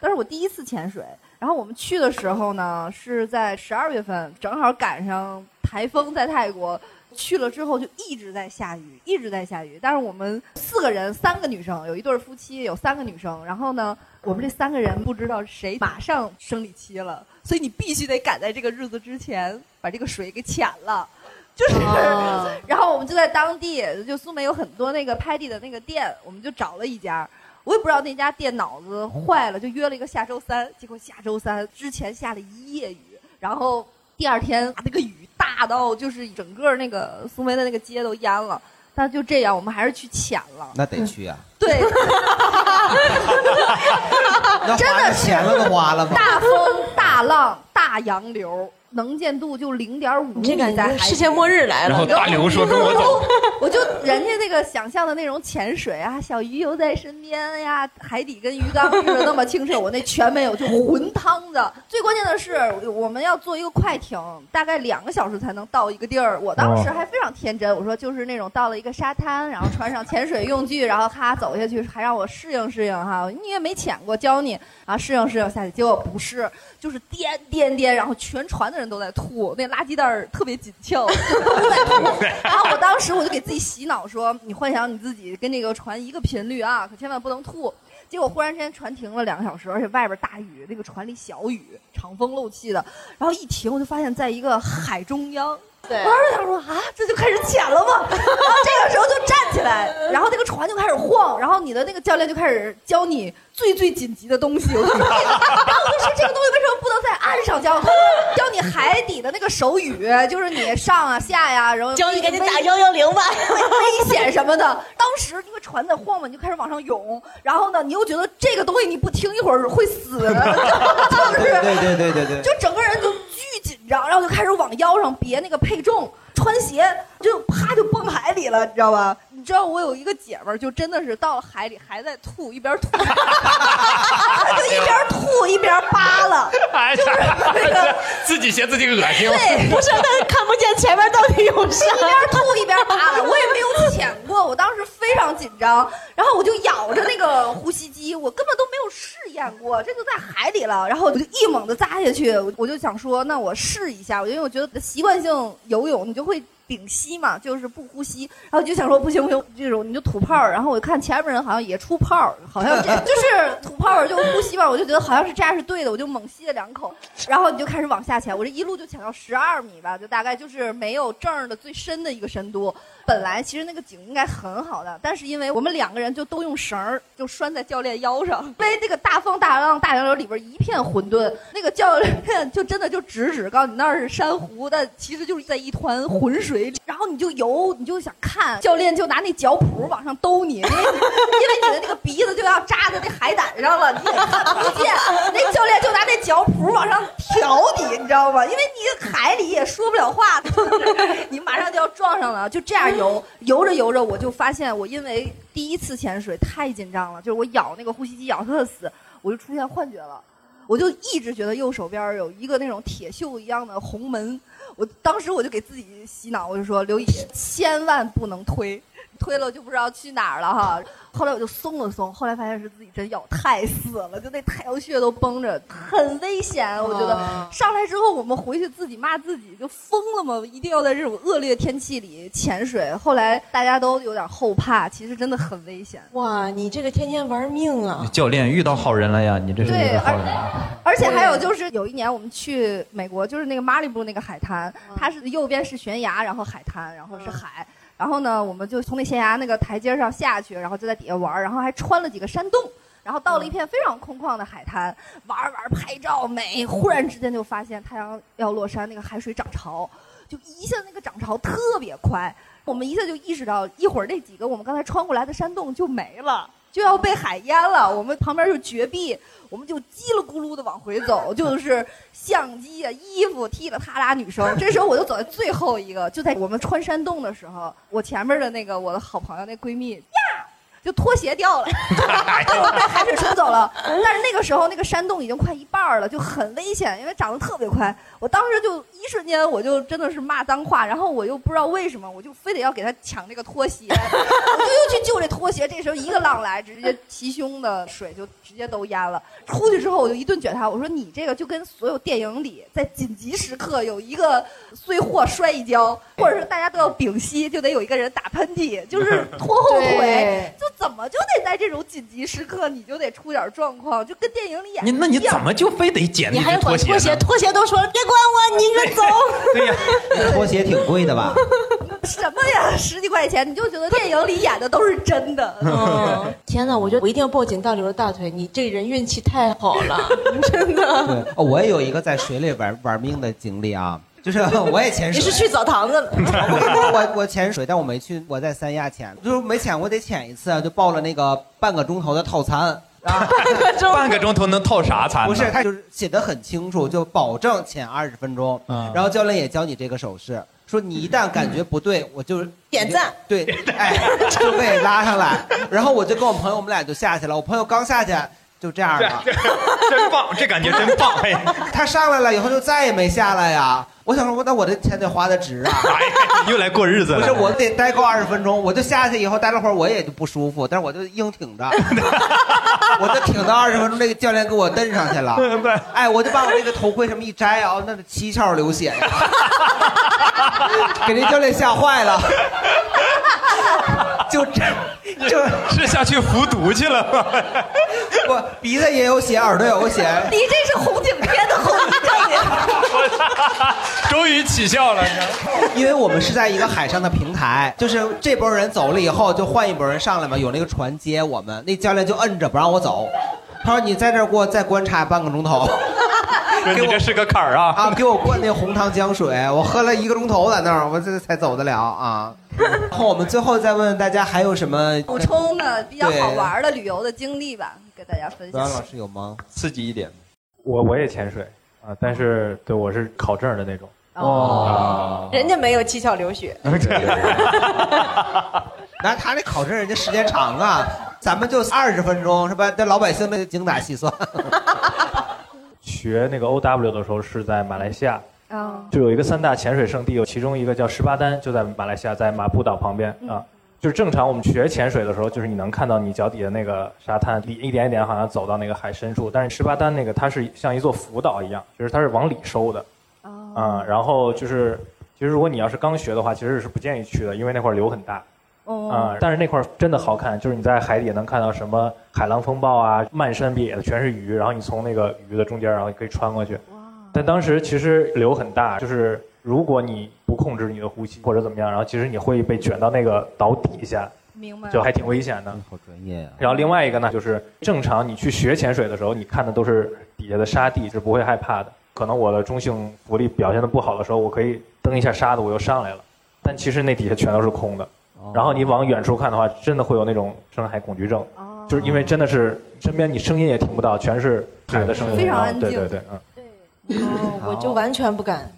[SPEAKER 3] 但是我第一次潜水，然后我们去的时候呢是在十二月份，正好赶上台风在泰国。去了之后就一直在下雨，一直在下雨。但是我们四个人，三个女生，有一对儿夫妻，有三个女生。然后呢，我们这三个人不知道谁马上生理期了，所以你必须得赶在这个日子之前把这个水给潜了。就是，然后我们就在当地，就苏梅有很多那个拍地的那个店，我们就找了一家。我也不知道那家店脑子坏了，就约了一个下周三。结果下周三之前下了一夜雨，然后第二天那个雨大到就是整个那个苏梅的那个街都淹了。但就这样，我们还是去潜了。
[SPEAKER 2] 那
[SPEAKER 5] 嗯
[SPEAKER 2] 得去啊，
[SPEAKER 3] 对，
[SPEAKER 2] 那
[SPEAKER 3] 真
[SPEAKER 2] 花
[SPEAKER 3] 的
[SPEAKER 2] 了
[SPEAKER 3] 是
[SPEAKER 2] 钱了都花了吧。
[SPEAKER 3] 大风、大浪、大洋流，能见度就零点五米在海底。
[SPEAKER 5] 世界末日来了。
[SPEAKER 4] 然后大刘说跟我走，
[SPEAKER 3] 我就人家那个想象的那种潜水啊，小鱼游在身边呀，海底跟鱼缸似的那么清澈，我那全没有，就浑汤的。最关键的是，我们要坐一个快艇，大概两个小时才能到一个地儿。我当时还非常天真，我说就是那种到了一个沙滩，然后穿上潜水用具，然后咔走下去，还让我适应适应哈，你也没潜过，教你啊适应适应下去。结果不是，就是颠颠颠，然后全船的人都在吐，那垃圾袋儿特别紧俏，都在吐。然后我当时我就给自己洗脑说，你幻想你自己跟这个船一个频率啊，可千万不能吐。结果忽然之间船停了两个小时，而且外边大雨，那个船里小雨，长风漏气的。然后一停，我就发现在一个海中央。
[SPEAKER 5] 对
[SPEAKER 3] 我当时想说啊，这就开始潜了吗？ 然后这个时候就站起来，然后那个船就开始晃，然后你的那个教练就开始教你最最紧急的东西。 我就说，然后我就说这个东西为什么不能在岸上教？他说教你海底的那个手语，就是你上啊下呀、然 后
[SPEAKER 5] 教你赶紧打
[SPEAKER 3] 危
[SPEAKER 5] 110吧
[SPEAKER 3] 危险什么的。当时因为船在晃嘛，你就开始往上涌，然后呢，你又觉得这个东西你不听一会儿会 死，就是
[SPEAKER 2] 对对对对对，
[SPEAKER 3] 就整个人就巨紧张，然后就开始往腰上别那个配重，穿鞋就啪就蹦海里了，你知道吧？你知道我有一个姐们儿，就真的是到了海里还在吐，一边吐，
[SPEAKER 5] 哎
[SPEAKER 3] 就一边吐一边 扒拉，
[SPEAKER 4] 哎
[SPEAKER 3] 就是 那个。
[SPEAKER 4] 自己嫌自己恶心了。
[SPEAKER 3] 对，
[SPEAKER 5] 看不见前面到底有 啥
[SPEAKER 3] 一边吐一边扒拉，我也没有潜过，我当时非常常紧张，然后我就咬着那个呼吸机，我根本都没有试验过，这就在海里了，然后我就一猛的扎下 去，我我就想说，那我试一下，我因为我觉得习惯性游泳你就会。屏息嘛，就是不呼吸，然后我就想说不行不行，这种你就吐泡儿，然后我看前面人好像也出泡儿，好像这 就是吐泡儿就呼吸嘛，我就觉得好像是这样是对的，我就猛吸了两口，然后你就开始往下潜，我这一路就潜到十二米吧，就大概就是没有正儿的最深的一个深度。本来其实那个景应该很好的，但是因为我们两个人就都用绳儿就拴在教练腰上，因为那个大风大浪大洋流里边一片混沌，那个教练就真的就指指告诉你那儿是珊瑚，但其实就是在一团浑水，然后你就游，你就想看，教练就拿那脚蹼往上兜你，因为你因为你的那个鼻子就要扎在那海胆上了，你也看不见，那教练就拿那脚蹼往上挑你，你知道吗？因为你海里也说不了话，就是你马上就要撞上了，就这样游，游着游着我就发现我因为第一次潜水太紧张了，就是我咬那个呼吸机咬特死，我就出现幻觉了。我就一直觉得右手边儿有一个那种铁锈一样的红门，我当时我就给自己洗脑，我就说刘姨千万不能推，推了就不知道去哪儿了哈。后来我就松了松，后来发现是自己真咬太死了，就那太阳穴都绷着，很危险。我觉得
[SPEAKER 5] 哦
[SPEAKER 6] 啊
[SPEAKER 3] 上来之后，我们回去自己骂自己，就疯了嘛！一定要在这种恶劣天气里潜水。后来大家都有点后怕，其实真的很危险。
[SPEAKER 5] 哇，你这个天天玩命啊！
[SPEAKER 4] 教练遇到好人了呀，你这是遇
[SPEAKER 3] 对
[SPEAKER 4] 到好
[SPEAKER 3] 而
[SPEAKER 4] 人了。
[SPEAKER 3] 而且还有就是，有一年我们去美国，就是那个马里布那个海滩，它是右边是悬崖，然后海滩，然后是海。然后呢，我们就从那悬崖那个台阶上下去，然后就在底下玩儿，然后还穿了几个山洞，然后到了一片非常空旷的海滩，玩儿玩儿拍照美。忽然之间就发现太阳要落山，那个海水涨潮，就一下那个涨潮特别快，我们一下就意识到，一会儿那几个我们刚才穿过来的山洞就没了。就要被海淹了，我们旁边就绝壁，我们就叽里咕噜的往回走，就是相机啊、衣服踢了啪啦，女生。这时候我就走在最后一个，就在我们穿山洞的时候，我前面的那个我的好朋友那闺蜜呀，就拖鞋掉了，我被海水冲走了。但是那个时候那个山洞已经快一半儿了，就很危险，因为长得特别快。我当时就一瞬间我就真的是骂脏话，然后我又不知道为什么，我就非得要给他抢这个拖鞋， 我就又去救这拖鞋。这时候一个浪来，直接齐胸的水就直接都淹了。出去之后我就一顿卷他，我说你这个就跟所有电影里在紧急时刻有一个虽货摔一跤，或者是大家都要屏息，就得有一个人打喷嚏，就是拖后腿
[SPEAKER 20] 对，
[SPEAKER 3] 就怎么就得在这种紧急时刻你就得出点状况，就跟电影里演
[SPEAKER 4] 你那你
[SPEAKER 3] 一样
[SPEAKER 4] 怎么就非得捡那只拖鞋呢？
[SPEAKER 3] 拖鞋都说别管我，你一个走。
[SPEAKER 4] 对呀、
[SPEAKER 2] 拖鞋挺贵的 吧？
[SPEAKER 3] 什么呀，十几块钱，你就觉得电影里演的都是真的。
[SPEAKER 5] 嗯，天哪！我觉得我一定要抱紧大刘的大腿，你这人运气太好了， 真
[SPEAKER 2] 对
[SPEAKER 5] 的。，
[SPEAKER 2] 哦，我也有一个在水里玩玩命的经历啊，就是 我也潜水。
[SPEAKER 5] 你是去澡堂子了？
[SPEAKER 2] 我我我潜水，但我没去，我在三亚潜，就是没潜过得潜一次啊，就报了那个半个钟头的套餐。
[SPEAKER 4] 半个钟头能套啥餐
[SPEAKER 2] 不
[SPEAKER 4] 呢？
[SPEAKER 2] 是， 他就是写的很清楚，就保证潜二十分钟。然后教练也教你这个手势，说你一旦感觉不对，我就是
[SPEAKER 5] 点赞。
[SPEAKER 2] 对，哎，就被拉上来。然后我就跟我朋友，我们俩就下去了。我朋友刚下去就这样 了。
[SPEAKER 4] 真棒，这感觉真棒哎！
[SPEAKER 2] 他上来了以后就再也没下来呀。我想说，那我的钱得花的值啊。
[SPEAKER 4] 你 又来过日子了。
[SPEAKER 2] 不是，我得待够二十分钟，我就下去以后待了会儿，我也就不舒服，但是我就硬挺 着，我就挺到二十分钟，那个教练给我蹬上去了。哎，我就把我那个头盔什么一摘啊，那是七窍流血， 给那教练吓坏了。就 这，
[SPEAKER 4] 就是下去服毒去了吗？
[SPEAKER 2] 我鼻子也有血，耳朵也有血。
[SPEAKER 3] 你这是红警片的后遗症呀！
[SPEAKER 4] 终于起效了，你知道吗
[SPEAKER 2] 因为我们是在一个海上的平台，就是这波人走了以后，就换一波人上来嘛，有那个船接我们，那教练就摁着不让我走，他说你在这儿给我再观察半个钟 头。
[SPEAKER 4] 说你这是个坎儿啊！
[SPEAKER 2] 啊，给我灌那红糖姜水，我喝了一个钟头在那儿，我这才走得了啊。然后我们最后再问问大家还有什么
[SPEAKER 3] 补充的比较好玩的旅游的经历吧，给大家分享。
[SPEAKER 2] 师有吗？
[SPEAKER 4] 刺激一点。
[SPEAKER 14] 我我也潜水啊、但是对我是考证的那种。啊
[SPEAKER 5] 哦，人家没有七窍流血，
[SPEAKER 2] 那他这考证人家时间长啊，咱们就二十分钟是吧？这老百姓那精打细算。
[SPEAKER 14] 学那个 O W 的时候是在马来西亚，
[SPEAKER 6] 啊，
[SPEAKER 4] 嗯
[SPEAKER 14] 嗯就有一个三大潜水圣地，有其中一个叫十八丹，就在马来西亚，在马布岛旁边啊。就是正常我们学潜水的时候，就是你能看到你脚底的那个沙滩，一一点一点好像走到那个海深处。但是十八单那个它是像一座浮岛一样，就是它是往里收的。啊、然后就是其实如果你要是刚学的话，其实是不建议去的，因为那块儿流很大。啊、
[SPEAKER 21] 哦，
[SPEAKER 14] 但是那块儿真的好看，就是你在海底也能看到什么海浪风暴啊，漫山遍野的全是鱼，然后你从那个鱼的中间，然后你可以穿过去。但当时其实流很大，就是如果你不控制你的呼吸或者怎么样，然后其实你会被卷到那个岛底下，
[SPEAKER 3] 明白
[SPEAKER 14] 就还挺危险的。
[SPEAKER 2] 嗯好专业呀、啊
[SPEAKER 14] 然后另外一个呢，就是正常你去学潜水的时候，你看的都是底下的沙地，是不会害怕的。可能我的中性浮力表现的不好的时候，我可以蹬一下沙子，我又上来了。
[SPEAKER 2] 哦
[SPEAKER 14] 但其实那底下全都是空的。然后你往远处看的话，真的会有那种深海恐惧症，就是因为真的是身边你声音也听不到，全是海的声音，
[SPEAKER 5] 非常
[SPEAKER 14] 然后
[SPEAKER 5] 安静
[SPEAKER 14] 对对对，嗯。
[SPEAKER 2] 好
[SPEAKER 5] 我就完全不敢。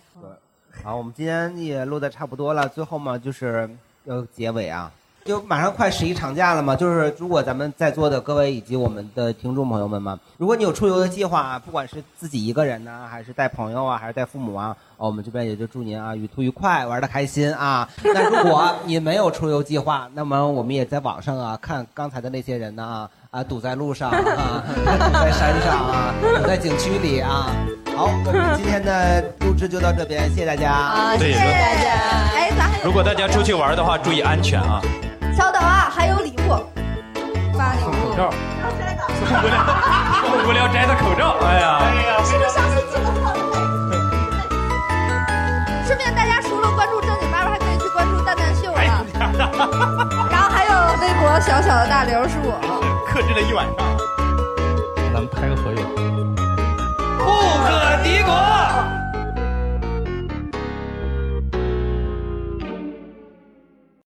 [SPEAKER 2] 好，我们今天也录的差不多了，最后嘛就是要结尾啊，就马上快十一长假了嘛，就是如果咱们在座的各位以及我们的听众朋友们嘛，如果你有出游的计划啊，不管是自己一个人呢、还是带朋友啊，还是带父母啊，哦我们这边也就祝您啊旅途愉快，玩的开心啊。那如果你没有出游计划，那么我们也在网上啊看刚才的那些人呢啊啊堵在路上啊，堵 在山上啊，堵在景区里啊。好，我们今天的录制就到这边，谢谢大家。
[SPEAKER 3] 啊，
[SPEAKER 4] 对
[SPEAKER 3] 谢谢大家。哎，咱还
[SPEAKER 4] 如果大家出去玩的话，注意安全啊！
[SPEAKER 3] 稍等啊，还有礼物，发礼物。
[SPEAKER 4] 口罩，受不了摘的口罩，哎呀，
[SPEAKER 3] 是不是上次记得放顺便大家除了关注正经八百，还可以去关注蛋蛋
[SPEAKER 4] 哎
[SPEAKER 3] 秀啊。然后还有微博小小的大刘是我。
[SPEAKER 4] 克制了一晚上。
[SPEAKER 1] 咱们拍个合影。
[SPEAKER 4] 不可敌国。